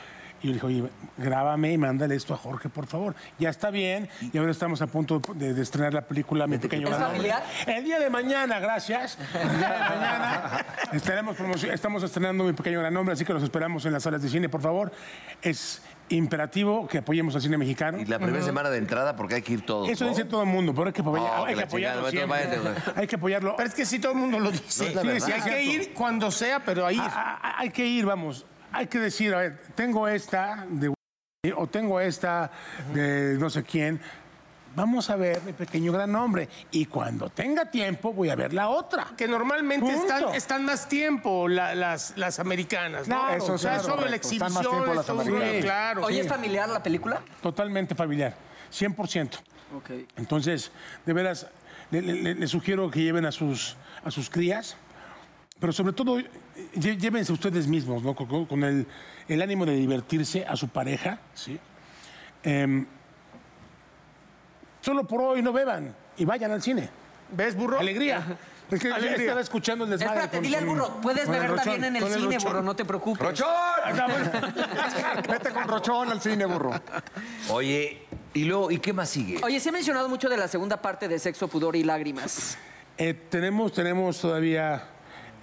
Speaker 8: Y yo le dije, oye, grábame y mándale esto a Jorge, por favor. Ya está bien. Y ahora estamos a punto de, de estrenar la película Mi Pequeño
Speaker 1: ¿Es
Speaker 8: Gran Hombre.
Speaker 1: familiar?
Speaker 8: El día de mañana, gracias. El día de mañana estaremos promoci- estamos estrenando Mi Pequeño Gran Hombre, así que los esperamos en las salas de cine, por favor. Es imperativo que apoyemos al cine mexicano.
Speaker 2: Y la primera semana de entrada porque hay que ir todos.
Speaker 8: Eso
Speaker 2: ¿no?
Speaker 8: dice todo el mundo, pero hay que, apoyar-
Speaker 2: No, que
Speaker 8: hay que
Speaker 2: la chingada,
Speaker 8: apoyarlo
Speaker 2: no,
Speaker 8: siempre.
Speaker 2: váyate,
Speaker 8: Hay que apoyarlo.
Speaker 3: Pero es que sí, todo el mundo lo dice.
Speaker 2: es la
Speaker 3: Sí,
Speaker 2: verdad.
Speaker 3: sí, hay que ir cuando sea, pero ahí.
Speaker 8: A- a- hay que ir, vamos. Hay que decir, a ver, tengo esta de o tengo esta de no sé quién. Vamos a ver mi pequeño gran hombre. Y cuando tenga tiempo, voy a ver la otra.
Speaker 3: Que normalmente
Speaker 8: Punto.
Speaker 3: están, están más tiempo la- las, las americanas, ¿no?
Speaker 8: Claro,
Speaker 3: o sea,
Speaker 8: claro,
Speaker 3: sobre la
Speaker 4: correcto. Están más
Speaker 3: exhibición,
Speaker 4: tiempo las
Speaker 3: es todo un rollo,
Speaker 4: americanas.
Speaker 3: claro.
Speaker 1: Oye,
Speaker 3: sí.
Speaker 1: ¿es familiar la película?
Speaker 8: Totalmente familiar. 100%.
Speaker 1: Ok.
Speaker 8: Entonces, de veras, le, le- le- le sugiero que lleven a sus, a sus crías, pero sobre todo eh, lle- llévense ustedes mismos, ¿no? Con- Con, con el, el ánimo de divertirse a su pareja, ¿sí? Em, solo por hoy no beban y vayan al cine.
Speaker 3: ¿Ves, burro?
Speaker 8: Alegría. Es que yo
Speaker 3: Alegría.
Speaker 8: estaba escuchando el desmadre.
Speaker 1: Espérate,
Speaker 8: con-
Speaker 1: dile al
Speaker 8: con-
Speaker 1: burro, puedes
Speaker 8: con el
Speaker 1: beber también
Speaker 8: Rochón,
Speaker 1: en el
Speaker 8: con
Speaker 1: cine,
Speaker 8: Rochón.
Speaker 1: burro, no te preocupes.
Speaker 8: Ah, bueno.
Speaker 4: Vete con Rochón al cine, burro.
Speaker 2: Oye, y luego, ¿y qué más sigue?
Speaker 1: Oye, se ha mencionado mucho de la segunda parte de Sexo, Pudor y Lágrimas.
Speaker 8: Eh, tenemos, tenemos todavía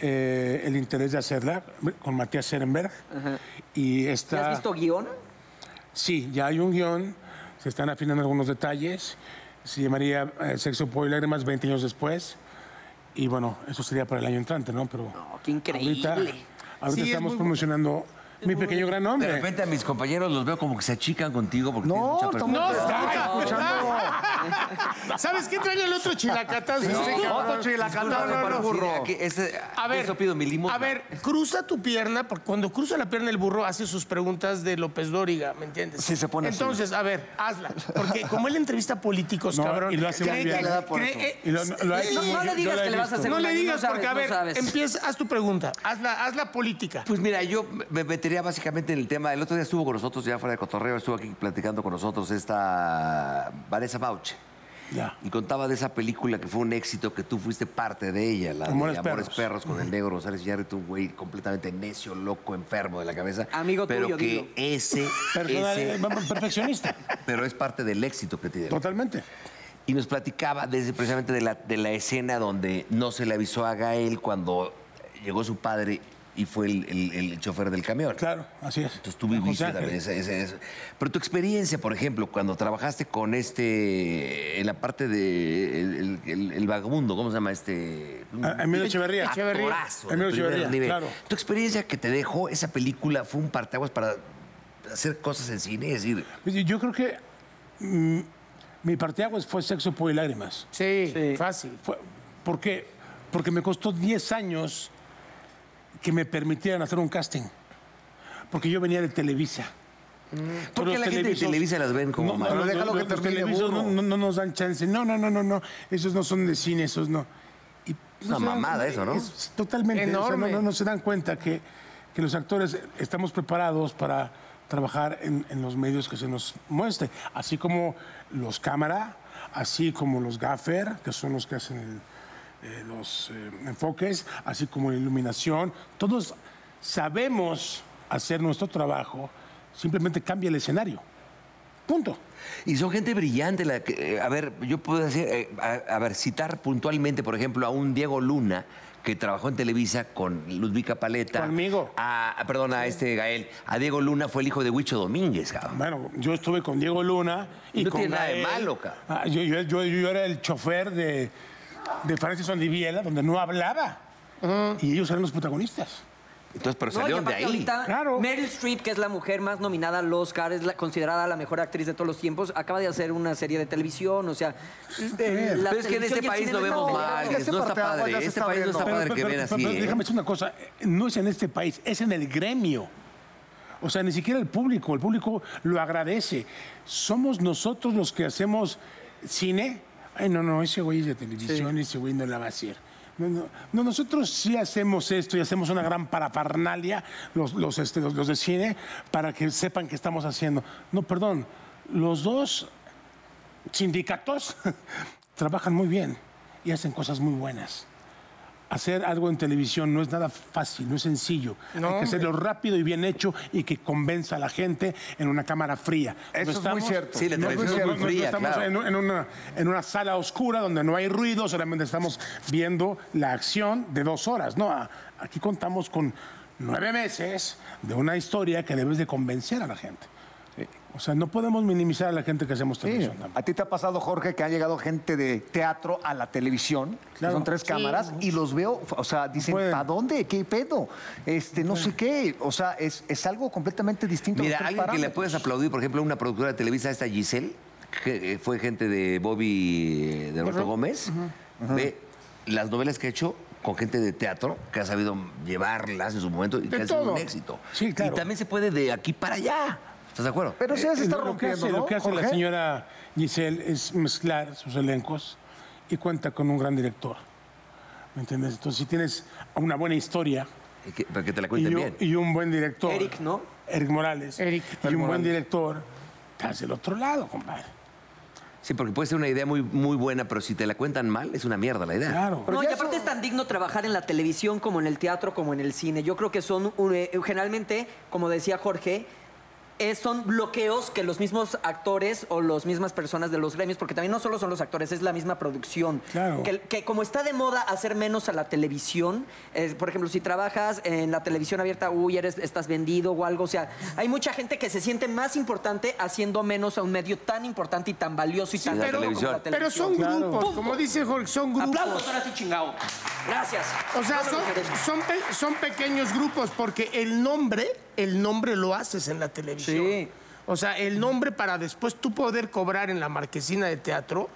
Speaker 8: eh, el interés de hacerla con Matías Serenberg. Y
Speaker 1: ¿Ya
Speaker 8: está...
Speaker 1: has visto guión?
Speaker 8: Sí, ya hay un guión, se están afinando algunos detalles. Se llamaría eh, Sexo, Pollo y Lágrimas 20 años después. Y bueno, eso sería para el año entrante, ¿no? Pero
Speaker 1: No, qué increíble.
Speaker 8: ahorita, ahorita
Speaker 3: Sí, es
Speaker 8: estamos
Speaker 3: muy bu-
Speaker 8: promocionando Mi Pequeño Gran
Speaker 2: De
Speaker 8: Hombre.
Speaker 2: repente a mis compañeros los veo como que se achican contigo porque tienes
Speaker 4: No,
Speaker 2: mucha
Speaker 4: estamos-
Speaker 2: personalidad.
Speaker 3: No,
Speaker 4: estamos
Speaker 3: está-
Speaker 4: escuchando.
Speaker 3: ¿Sabes qué trae el otro chilacatán? Este cabrón.
Speaker 4: Otro chilacatán,
Speaker 2: Disculpa,
Speaker 4: no, no,
Speaker 2: Reparo,
Speaker 4: no,
Speaker 2: sí,
Speaker 4: burro.
Speaker 2: aquí, ese-
Speaker 3: A ver,
Speaker 2: eso pido mi limón.
Speaker 3: a ver, cruza tu pierna, porque cuando cruza la pierna el burro hace sus preguntas de López Dóriga, ¿me entiendes?
Speaker 4: Sí, se pone así.
Speaker 3: Entonces, a ver, hazla. Porque como él entrevista a políticos,
Speaker 8: No,
Speaker 3: cabrón.
Speaker 8: y lo hace
Speaker 3: cree
Speaker 8: muy bien.
Speaker 3: que-
Speaker 8: Le da por
Speaker 3: cree- eh,
Speaker 8: Y lo- lo ha hecho
Speaker 1: No,
Speaker 8: muy
Speaker 1: no le
Speaker 8: bien,
Speaker 1: digas
Speaker 8: yo la
Speaker 1: que
Speaker 8: he
Speaker 1: le vas a
Speaker 8: visto.
Speaker 1: hacer
Speaker 3: No le
Speaker 1: Ahí
Speaker 3: digas,
Speaker 1: sabes,
Speaker 3: porque a
Speaker 1: no
Speaker 3: ver,
Speaker 1: sabes.
Speaker 3: empieza, haz tu pregunta, hazla, hazla política.
Speaker 2: Pues mira, yo me metería básicamente en el tema. El otro día estuvo con nosotros, ya fuera de Cotorreo, estuvo aquí platicando con nosotros esta Vanessa Bauche.
Speaker 8: Ya.
Speaker 2: Y contaba de esa película que fue un éxito, que tú fuiste parte de ella, la de
Speaker 8: Amores
Speaker 2: Amores,
Speaker 8: Perros.
Speaker 2: Perros. con el negro González Iñárritu, un güey completamente necio, loco, enfermo de la cabeza.
Speaker 1: Amigo
Speaker 2: pero
Speaker 1: tuyo,
Speaker 2: que
Speaker 1: dilo.
Speaker 2: ese,
Speaker 8: Personal-
Speaker 2: ese-
Speaker 8: eh, perfeccionista.
Speaker 2: pero es parte del éxito que tiene.
Speaker 8: Totalmente.
Speaker 2: Y nos platicaba desde precisamente de la, de la escena donde no se le avisó a Gael cuando llegó su padre y fue el, el- el chofer del camión.
Speaker 8: Claro, así es.
Speaker 2: Entonces tú
Speaker 8: José
Speaker 2: viviste
Speaker 8: Ángel.
Speaker 2: también ese- ese- ese. Pero tu experiencia, por ejemplo, cuando trabajaste con este, en la parte de el, el- el- el vagabundo, ¿cómo se llama este?
Speaker 8: A- Ah, Emilio Echeverría.
Speaker 2: Actorazo de
Speaker 8: Emilio
Speaker 2: primer
Speaker 8: Echeverría,
Speaker 2: nivel.
Speaker 8: claro.
Speaker 2: Tu experiencia que te dejó esa película fue un parteaguas para hacer cosas en cine, es decir,
Speaker 8: Oye, Pues Yo creo que mm, mi parteaguas fue Sexo, Pollo y Lágrimas.
Speaker 3: Sí, fácil.
Speaker 8: Fue, ¿Por qué? Porque me costó 10 años que me permitieran hacer un casting. Porque yo venía de Televisa.
Speaker 7: Porque
Speaker 8: los
Speaker 7: la gente de
Speaker 8: televisos-
Speaker 7: Televisa las ven como
Speaker 8: no,
Speaker 7: malas.
Speaker 4: Pero déjalo que
Speaker 8: los
Speaker 4: termine,
Speaker 8: televisos
Speaker 4: burro.
Speaker 8: no, no- no nos dan chance. No, no, no, no, no. Esos no son de cine, esos no. Y,
Speaker 7: una
Speaker 8: se dan-
Speaker 7: mamada eso, ¿no?
Speaker 8: Es totalmente.
Speaker 3: Enorme.
Speaker 8: o sea, no, no- no se dan cuenta que, que los actores estamos preparados para trabajar en, en los medios que se nos muestre. Así como los cámara, así como los gaffer, que son los que hacen el- eh, los eh, enfoques, así como la iluminación. Todos sabemos hacer nuestro trabajo, simplemente cambia el escenario. Punto.
Speaker 7: Y son gente brillante. La que, eh, a ver, yo puedo decir, eh, a, a ver, citar puntualmente, por ejemplo, a un Diego Luna que trabajó en Televisa con Ludvica Paleta.
Speaker 8: Conmigo.
Speaker 7: A, a- perdón, a este Gael. A Diego Luna fue el hijo de Huicho Domínguez, cabrón.
Speaker 8: Bueno, yo estuve con Diego Luna y
Speaker 7: No
Speaker 8: con
Speaker 7: tiene nada de
Speaker 8: Gael.
Speaker 7: malo, cabrón.
Speaker 8: Ah, yo, yo- yo- yo era el chofer de, de Francis Ondiviela, donde no hablaba. Y ellos eran los protagonistas.
Speaker 7: Entonces, pero
Speaker 1: No, y
Speaker 7: salieron de
Speaker 1: aparte
Speaker 7: ahí.
Speaker 1: ahorita,
Speaker 8: Claro.
Speaker 1: Meryl Streep, que es la mujer más nominada al Oscar, es la- considerada la mejor actriz de todos los tiempos, acaba de hacer una serie de televisión, o sea... eh, la
Speaker 7: Pero es que en
Speaker 1: televisión
Speaker 7: este
Speaker 1: y el
Speaker 7: país
Speaker 1: cine
Speaker 7: lo
Speaker 1: no
Speaker 7: vemos
Speaker 1: están
Speaker 7: mal,
Speaker 4: ya
Speaker 7: que
Speaker 4: se
Speaker 7: no está
Speaker 4: partea, ya
Speaker 7: padre.
Speaker 4: se
Speaker 7: Este
Speaker 4: está
Speaker 7: país no está
Speaker 4: viendo.
Speaker 7: padre que ven así. ¿eh?
Speaker 8: déjame decir una cosa, eh, no es en este país, es en el gremio. O sea, ni siquiera el público, el público lo agradece. Somos nosotros los que hacemos cine. Ay, no, no, ese güey es de televisión, ese güey no la va a hacer. No, no, no, nosotros sí hacemos esto y hacemos una gran parafernalia, los, los, este, los- los de cine, para que sepan que estamos haciendo. No, perdón, los dos sindicatos trabajan muy bien y hacen cosas muy buenas. Hacer algo en televisión no es nada fácil, no es sencillo. Hay que hacerlo rápido y bien hecho y que convenza a la gente en una cámara fría.
Speaker 4: Eso
Speaker 8: No
Speaker 4: es muy cierto.
Speaker 7: Sí, la
Speaker 8: no-
Speaker 7: televisión es
Speaker 8: no-
Speaker 7: muy
Speaker 8: no- no
Speaker 7: fría,
Speaker 8: estamos
Speaker 7: claro.
Speaker 8: en, en una, en una sala oscura donde no hay ruido, solamente estamos viendo la acción de dos horas. No, A- aquí contamos con nueve meses de una historia que debes de convencer a la gente. O sea, no podemos minimizar a la gente que hacemos
Speaker 4: Sí.
Speaker 8: televisión. tampoco.
Speaker 4: A ti te ha pasado, Jorge, que ha llegado gente de teatro a la televisión. que
Speaker 8: Claro.
Speaker 4: Son tres cámaras y los veo, o sea, dicen,
Speaker 8: Pueden.
Speaker 4: ¿para dónde? ¿Qué pedo? Este, no sé qué. O sea, es, es algo completamente distinto. a
Speaker 7: Mira,
Speaker 4: los tres
Speaker 7: alguien que le
Speaker 4: parámetros.
Speaker 8: pues.
Speaker 7: puedes aplaudir, por ejemplo, a una productora de Televisa, esta Giselle, que eh, fue gente de Bobby eh, de Roberto Gómez, ve las novelas que ha hecho con gente de teatro que ha sabido llevarlas en su momento y que ha sido
Speaker 8: todo.
Speaker 7: un éxito.
Speaker 8: Sí, claro.
Speaker 7: Y también se puede de aquí para allá. ¿Estás de acuerdo?
Speaker 4: Pero sí, se
Speaker 8: Eh,
Speaker 4: está
Speaker 8: lo- lo que
Speaker 4: rompiendo,
Speaker 8: hace-
Speaker 4: ¿no,
Speaker 8: Lo que hace la
Speaker 4: Jorge?
Speaker 8: señora Giselle es mezclar sus elencos y cuenta con un gran director. ¿Me entiendes? Entonces, si tienes una buena historia
Speaker 7: Y que- para que te la
Speaker 8: y,
Speaker 7: cuenten
Speaker 8: un-
Speaker 7: bien.
Speaker 8: y un buen director.
Speaker 1: Eric, ¿no?
Speaker 8: Eric Morales.
Speaker 3: Eric.
Speaker 8: Y un buen director, estás del otro lado, compadre.
Speaker 7: Sí, porque puede ser una idea muy, muy buena, pero si te la cuentan mal, es una mierda la idea.
Speaker 8: Claro.
Speaker 1: no, y aparte es tan digno trabajar en la televisión como en el teatro, como en el cine. Yo creo que son, un- eh, generalmente, como decía Jorge, eh, son bloqueos que los mismos actores o las mismas personas de los gremios, porque también no solo son los actores, es la misma producción.
Speaker 8: Claro.
Speaker 1: Que, que como está de moda hacer menos a la televisión, eh, por ejemplo, si trabajas en la televisión abierta, uy, eres, estás vendido o algo, o sea, hay mucha gente que se siente más importante haciendo menos a un medio tan importante y tan valioso y tan
Speaker 7: la
Speaker 1: digno como
Speaker 7: televisión.
Speaker 1: la
Speaker 3: Pero son
Speaker 1: televisión.
Speaker 3: grupos,
Speaker 1: Punto.
Speaker 3: como dice Jorge, son grupos.
Speaker 1: Aplausos ahora sí, chingao. Gracias.
Speaker 3: O sea,
Speaker 1: No me
Speaker 3: son,
Speaker 1: lo merezco.
Speaker 3: son, pe- son pequeños grupos porque el nombre, el nombre lo haces en la televisión.
Speaker 1: Sí.
Speaker 3: O sea, el nombre para después tú poder cobrar en la marquesina de teatro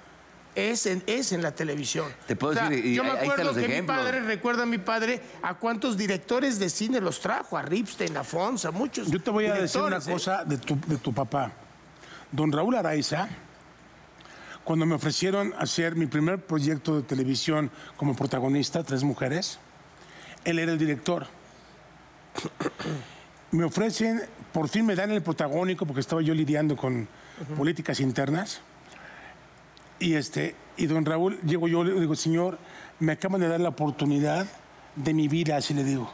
Speaker 3: es en, es en la televisión.
Speaker 7: Te puedo
Speaker 3: O sea,
Speaker 7: decir, y
Speaker 3: yo me
Speaker 7: ahí- ahí
Speaker 3: acuerdo
Speaker 7: están los
Speaker 3: que
Speaker 7: ejemplos.
Speaker 3: mi padre, recuerda a mi padre, a cuántos directores de cine los trajo, a Ripstein, a Fons, a muchos.
Speaker 8: Yo te voy a decir una
Speaker 3: directores, ¿eh?
Speaker 8: cosa de tu, de tu papá. Don Raúl Araiza, cuando me ofrecieron hacer mi primer proyecto de televisión como protagonista, Tres Mujeres, él era el director. Me ofrecen, por fin me dan el protagónico porque estaba yo lidiando con políticas internas. Y, este, y don Raúl, llego yo, le digo, señor, me acaban de dar la oportunidad de mi vida, así le digo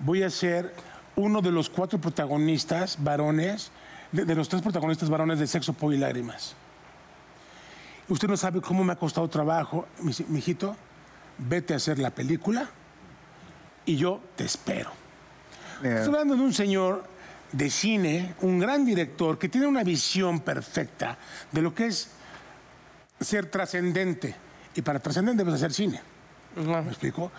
Speaker 8: voy a ser uno de los cuatro protagonistas varones, de, de los tres protagonistas varones de Sexo, Pollo y Lágrimas. Usted no sabe cómo me ha costado trabajo. Me dice, mijito, vete a hacer la película y yo te espero. Estoy hablando de un señor de cine, un gran director, que tiene una visión perfecta de lo que es ser trascendente. Y para trascendente debes hacer cine. ¿Me explico?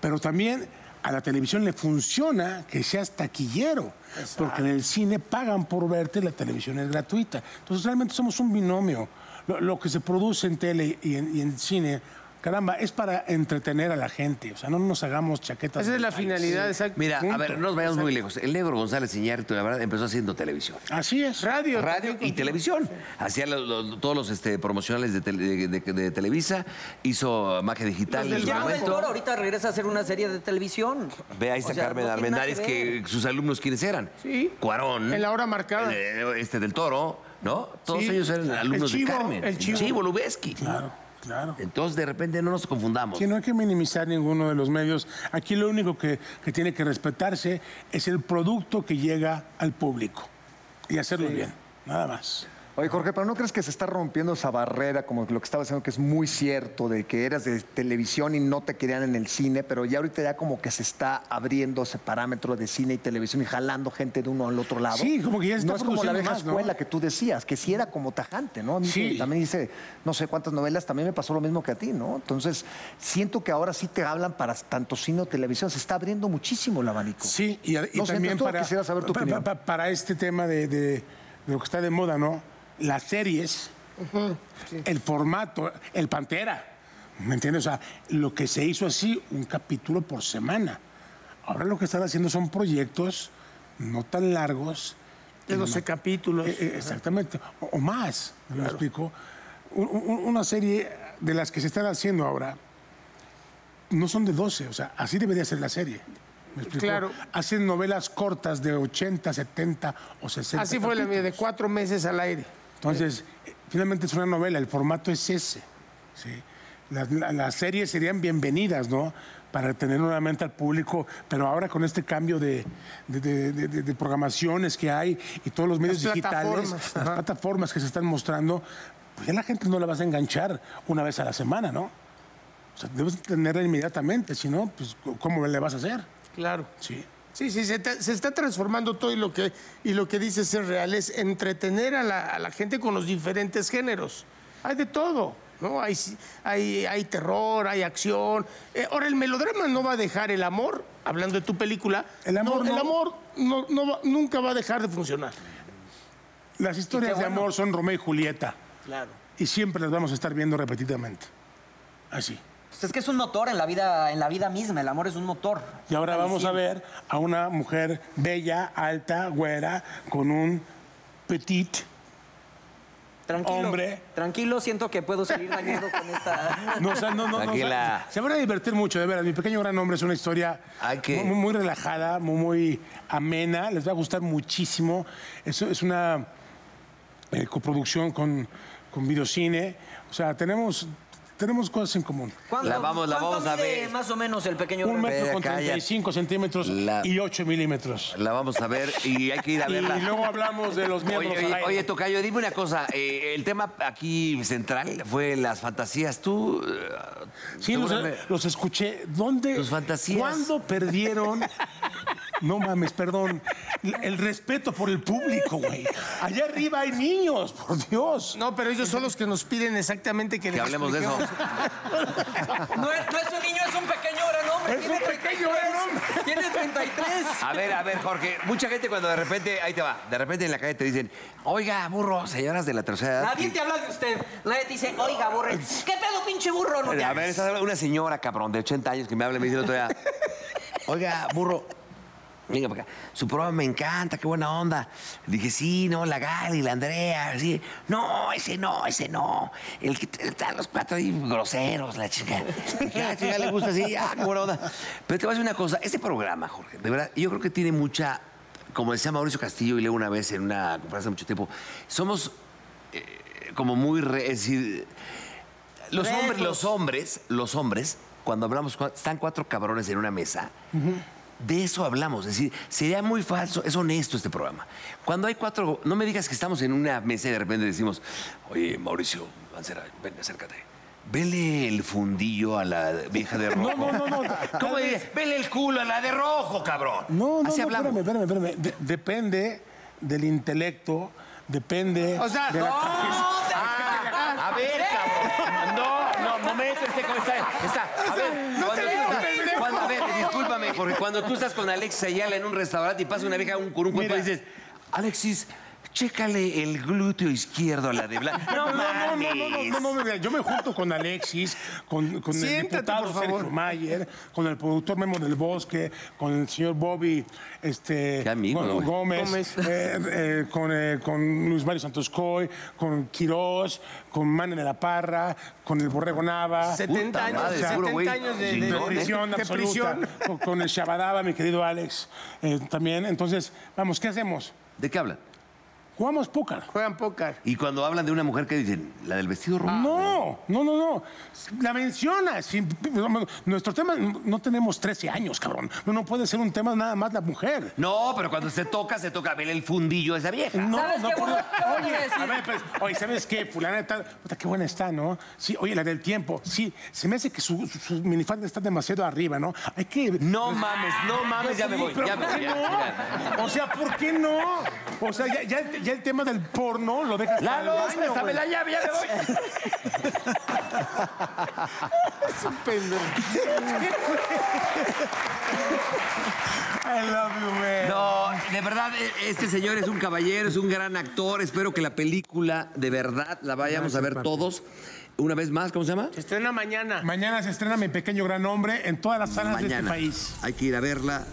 Speaker 8: Pero también a la televisión le funciona que seas taquillero, porque en el cine pagan por verte y la televisión es gratuita. Entonces realmente somos un binomio. Lo, lo que se produce en tele y en, y en cine Caramba, es para entretener a la gente. O sea, no nos hagamos chaquetas.
Speaker 3: Esa es la
Speaker 8: mentales.
Speaker 3: finalidad, exacto.
Speaker 2: Mira, a
Speaker 8: Punto.
Speaker 2: ver, no nos vayamos muy lejos. El negro González Iñárritu, la verdad, empezó haciendo televisión.
Speaker 8: Así es.
Speaker 3: Radio.
Speaker 2: radio y televisión. Hacía los- los- todos los este, promocionales de, tele- de- de- de Televisa, hizo magia digital en
Speaker 1: El
Speaker 2: su
Speaker 1: Guillermo del
Speaker 2: momento.
Speaker 1: Toro ahorita regresa a hacer una serie de televisión.
Speaker 2: Ve ahí
Speaker 1: O sea,
Speaker 2: está Carmen
Speaker 1: no tiene nada
Speaker 2: Armendáriz,
Speaker 1: ver.
Speaker 2: que sus alumnos quiénes eran.
Speaker 3: Sí.
Speaker 2: Cuarón.
Speaker 3: En la hora marcada.
Speaker 2: eh, Este del Toro, ¿no? Todos
Speaker 3: Sí.
Speaker 2: ellos eran
Speaker 3: El
Speaker 2: alumnos
Speaker 3: Chivo,
Speaker 2: de Carmen.
Speaker 3: el Chivo.
Speaker 2: Lubeski.
Speaker 8: Claro, claro.
Speaker 2: Entonces, de repente, no nos confundamos.
Speaker 8: Sí, no hay que minimizar ninguno de los medios. Aquí lo único que, que tiene que respetarse es el producto que llega al público y hacerlo bien, nada más.
Speaker 4: Oye, Jorge, pero ¿no crees que se está rompiendo esa barrera, como lo que estaba diciendo, que es muy cierto, de que eras de televisión y no te querían en el cine, pero ya ahorita ya como que se está abriendo ese parámetro de cine y televisión y jalando gente de uno al otro lado?
Speaker 8: Sí, como que ya se está
Speaker 4: No es como la
Speaker 8: produciendo
Speaker 4: vieja
Speaker 8: más, ¿no?
Speaker 4: escuela que tú decías, que sí era como tajante, ¿no? A mí
Speaker 8: Sí.
Speaker 4: que También hice no sé cuántas novelas, también me pasó lo mismo que a ti, ¿no? Entonces, siento que ahora sí te hablan para tanto cine o televisión, se está abriendo muchísimo el abanico.
Speaker 8: Sí, y, y
Speaker 4: No sé,
Speaker 8: también
Speaker 4: entonces,
Speaker 8: para,
Speaker 4: quisiera saber tu
Speaker 8: pa- pa-
Speaker 4: opinión.
Speaker 8: pa- para este tema de, de- de lo que está de moda, ¿no? Las series, el formato, el Pantera, ¿me entiendes? O sea, lo que se hizo así, un capítulo por semana. Ahora lo que están haciendo son proyectos no tan largos.
Speaker 3: De 12 capítulos.
Speaker 8: Eh, eh, exactamente, o, o más, ¿me lo explico? Un- un- una serie de las que se están haciendo ahora no son de 12, o sea, así debería ser la serie. ¿me explico?
Speaker 3: Claro.
Speaker 8: Hacen novelas cortas de 80, 70 o 60.
Speaker 3: Así fue la mía, de
Speaker 8: capítulos.
Speaker 3: cuatro meses al aire.
Speaker 8: Entonces, eh, finalmente es una novela, el formato es ese. ¿sí? Las, la- las series serían bienvenidas, ¿no? Para tener nuevamente al público, pero ahora con este cambio de, de- de- de- de- de programaciones que hay y todos los medios
Speaker 3: Las
Speaker 8: digitales,
Speaker 3: plataformas,
Speaker 8: las
Speaker 3: ajá.
Speaker 8: plataformas que se están mostrando, pues ya la gente no la vas a enganchar una vez a la semana, ¿no? O sea, debes tenerla inmediatamente, si no, pues ¿cómo le vas a hacer?
Speaker 3: Claro.
Speaker 8: Sí.
Speaker 3: Sí, sí, se, ta- se está transformando todo y lo que, y lo que dices es real, es entretener a la, a la gente con los diferentes géneros. Hay de todo, ¿no? Hay, ci- hay, hay terror, hay acción. Eh, ahora, el melodrama no va a dejar el amor, hablando de tu película.
Speaker 8: El amor
Speaker 3: no, El
Speaker 8: no.
Speaker 3: amor no- no va- nunca va a dejar de funcionar.
Speaker 8: Las historias de
Speaker 3: bueno.
Speaker 8: amor son Romeo y Julieta
Speaker 3: Claro.
Speaker 8: y siempre las vamos a estar viendo repetidamente. Así.
Speaker 1: Pues es que es un motor en la vida, en la vida misma. El amor es un motor.
Speaker 8: Y ahora vamos a ver a una mujer bella, alta, güera, con un petit.
Speaker 1: Tranquilo.
Speaker 8: Hombre.
Speaker 1: Tranquilo, siento que puedo seguir dañando con esta.
Speaker 8: No, o sea, no, no, no, o sea,
Speaker 2: Tranquila.
Speaker 8: se van a divertir mucho, de veras. Mi pequeño gran hombre es una historia
Speaker 2: Hay que-
Speaker 8: muy, muy relajada, muy, muy amena. Les va a gustar muchísimo. Es, es una eh, coproducción con, con videocine. O sea, tenemos, tenemos cosas en común.
Speaker 1: ¿Cuánto-
Speaker 2: La vamos- la
Speaker 1: cuánto
Speaker 2: vamos a
Speaker 1: mide
Speaker 2: ver.
Speaker 1: Más o menos el pequeño.
Speaker 8: Un
Speaker 1: Gran-
Speaker 8: metro
Speaker 2: Espera,
Speaker 8: con
Speaker 2: cállate.
Speaker 8: 35 centímetros
Speaker 2: La-
Speaker 8: y 8 milímetros.
Speaker 2: La vamos a ver y hay que ir a verla.
Speaker 8: Y luego hablamos de los miembros.
Speaker 2: Oye,
Speaker 8: al
Speaker 2: oye,
Speaker 8: aire.
Speaker 2: oye, Tocayo, dime una cosa. eh, el tema aquí central fue las fantasías. Tú. eh,
Speaker 8: Sí, los,
Speaker 2: seguramente-
Speaker 8: los escuché. ¿Dónde?
Speaker 2: Tus fantasías.
Speaker 8: ¿Cuándo perdieron? No mames, perdón. El respeto por el público, güey. Allá arriba hay niños, por Dios.
Speaker 3: No, pero ellos son los que nos piden exactamente que,
Speaker 2: Que
Speaker 3: les
Speaker 2: hablemos de eso.
Speaker 3: expliquemos.
Speaker 1: No es, no es un niño, es un pequeño gran hombre.
Speaker 8: Es un pequeño gran hombre.
Speaker 1: Tiene 33.
Speaker 2: A ver, a ver, Jorge. Mucha gente cuando de repente, ahí te va, de repente en la calle te dicen, oiga, burro, señoras de la tercera edad.
Speaker 1: Nadie te habla de usted. Nadie te dice, oiga, burro. ¿Qué pedo, pinche burro? No te
Speaker 2: A ver,
Speaker 1: hagas".
Speaker 2: está una señora, cabrón, de 80 años que me habla y me dice el otro día, oiga, burro, venga para acá. Su programa me encanta, qué buena onda. Le dije, sí, no, la Gali, la Andrea, sí. No, ese no, ese no. El que t- están los cuatro ahí groseros, la chica. La chica le gusta así, ah, qué buena onda. Pero te voy a decir una cosa, este programa, Jorge, de verdad, yo creo que tiene mucha, como decía Mauricio Castillo y leo una vez en una conferencia hace mucho tiempo, somos eh, como muy, re- es decir, los hombres, los hombres, los hombres, cuando hablamos, cua- están cuatro cabrones en una mesa. De eso hablamos, es decir, sería muy falso, es honesto este programa. Cuando hay cuatro, no me digas que estamos en una mesa y de repente decimos, oye, Mauricio, Mancera, ven, acércate. Vele el fundillo a la vieja de rojo.
Speaker 8: no, no, no.
Speaker 2: ¿Cómo diría? Vele el culo a la de rojo, cabrón.
Speaker 8: No, no,
Speaker 2: Así
Speaker 8: no,
Speaker 2: hablamos.
Speaker 8: espérame, espérame, espérame. De- depende del intelecto, depende.
Speaker 3: O sea,
Speaker 8: de la-
Speaker 2: Ah, a ver, cabrón. No, no, momento, este cómo está. está. A ver,
Speaker 3: no
Speaker 2: cuando
Speaker 3: te
Speaker 2: tú
Speaker 3: veo,
Speaker 2: estás-
Speaker 3: pendejo.
Speaker 2: cuando- a ver, discúlpame, porque cuando tú estás con Alex Ayala en un restaurante y pasa una vieja un curunco y dices, Alexis, Chécale el glúteo izquierdo a la de blanco. No,
Speaker 8: No, no, no, no, no,
Speaker 2: mames.
Speaker 8: no, no, no, mira, yo me junto con Alexis, con, con el
Speaker 3: Siéntate,
Speaker 8: diputado
Speaker 3: por favor.
Speaker 8: Sergio Mayer, con el productor Memo del Bosque, con el señor Bobby este,
Speaker 2: Qué amigo,
Speaker 8: Gó-
Speaker 2: güey.
Speaker 8: Gómez,
Speaker 3: Gómez.
Speaker 8: eh, eh, con, eh, con Luis Mario Santos Coy, con Quirós, con Mane de la Parra, con el Borrego Nava.
Speaker 3: 70 años,
Speaker 2: madre, puro
Speaker 3: 70
Speaker 2: güey. ¿eh?
Speaker 3: años de, de-
Speaker 8: De
Speaker 3: de-
Speaker 8: prisión
Speaker 3: de
Speaker 8: absoluta.
Speaker 3: prisión.
Speaker 8: Con, con el Shabadaba, mi querido Alex, eh, también. Entonces, vamos, ¿qué hacemos?
Speaker 2: ¿De qué hablan?
Speaker 8: Jugamos póker.
Speaker 3: Juegan póker.
Speaker 2: Y cuando hablan de una mujer que dicen, la del vestido rojo.
Speaker 1: Ah,
Speaker 8: No, no, no, no. La menciona. sin- Nuestro tema, no tenemos 13 años, cabrón. No, no puede ser un tema nada más la mujer.
Speaker 2: No, pero cuando se toca, se toca ver el fundillo de esa vieja.
Speaker 8: No,
Speaker 1: ¿Sabes
Speaker 8: no
Speaker 1: qué,
Speaker 8: puede-
Speaker 1: burro? Te voy a
Speaker 8: Oye,
Speaker 1: decir.
Speaker 8: a ver, pues, oye, ¿sabes qué? Fulana está. Puta, qué buena está, ¿no? Sí, oye, la del tiempo. Sí, se me hace que su, su, su minifalda está demasiado arriba, ¿no? Hay que.
Speaker 2: No mames, no mames, ya me voy,
Speaker 8: Pero
Speaker 2: ya me
Speaker 8: ¿por
Speaker 2: voy.
Speaker 8: qué
Speaker 2: ya, mira.
Speaker 8: no? O sea, ¿por qué no? O sea, ya, ya el- ya el tema del porno lo dejas. para el
Speaker 2: Lalo,
Speaker 8: baño,
Speaker 2: préstame
Speaker 8: güey.
Speaker 2: la llave, ya me voy.
Speaker 8: I love you, man.
Speaker 2: No, de verdad, e- este señor es un caballero, es un gran actor. Espero que la película, de verdad, la vayamos a ver todos. Una vez más, ¿cómo se llama?
Speaker 8: Este
Speaker 3: Se estrena mañana.
Speaker 8: Mañana se estrena Mi Pequeño Gran Hombre en todas las salas de este país.
Speaker 2: Hay que ir a verla.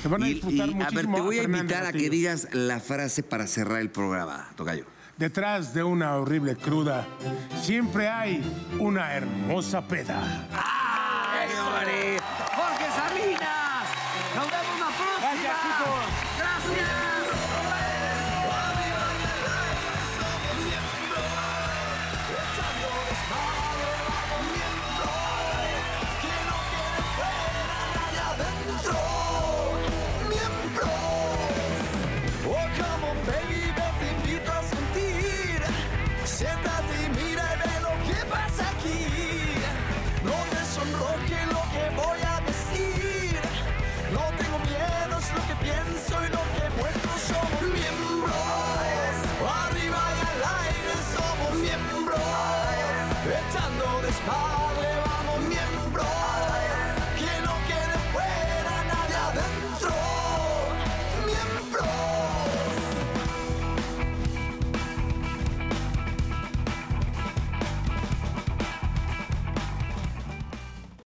Speaker 8: Se van a disfrutar
Speaker 2: a ver,
Speaker 8: muchísimo
Speaker 2: te voy
Speaker 8: a
Speaker 2: a
Speaker 8: Fernando
Speaker 2: invitar a que
Speaker 8: Castillo.
Speaker 2: digas la frase para cerrar el programa, Tocayo.
Speaker 8: Detrás de una horrible cruda, siempre hay una hermosa peda.
Speaker 2: ¡Ay, hombre! ¡Jorge Salinas! ¡Nos vemos la próxima!
Speaker 8: Gracias, chicos.
Speaker 2: ¡Gracias!
Speaker 9: Oh, come on, baby, te invito a sentir. Siéntate y mira y ve lo que pasa aquí. No te sonroje lo que voy a decir. No tengo miedo, es lo que pienso y lo que muestro. Somos miembros. Arriba y al aire somos miembros. Echando de espaldas.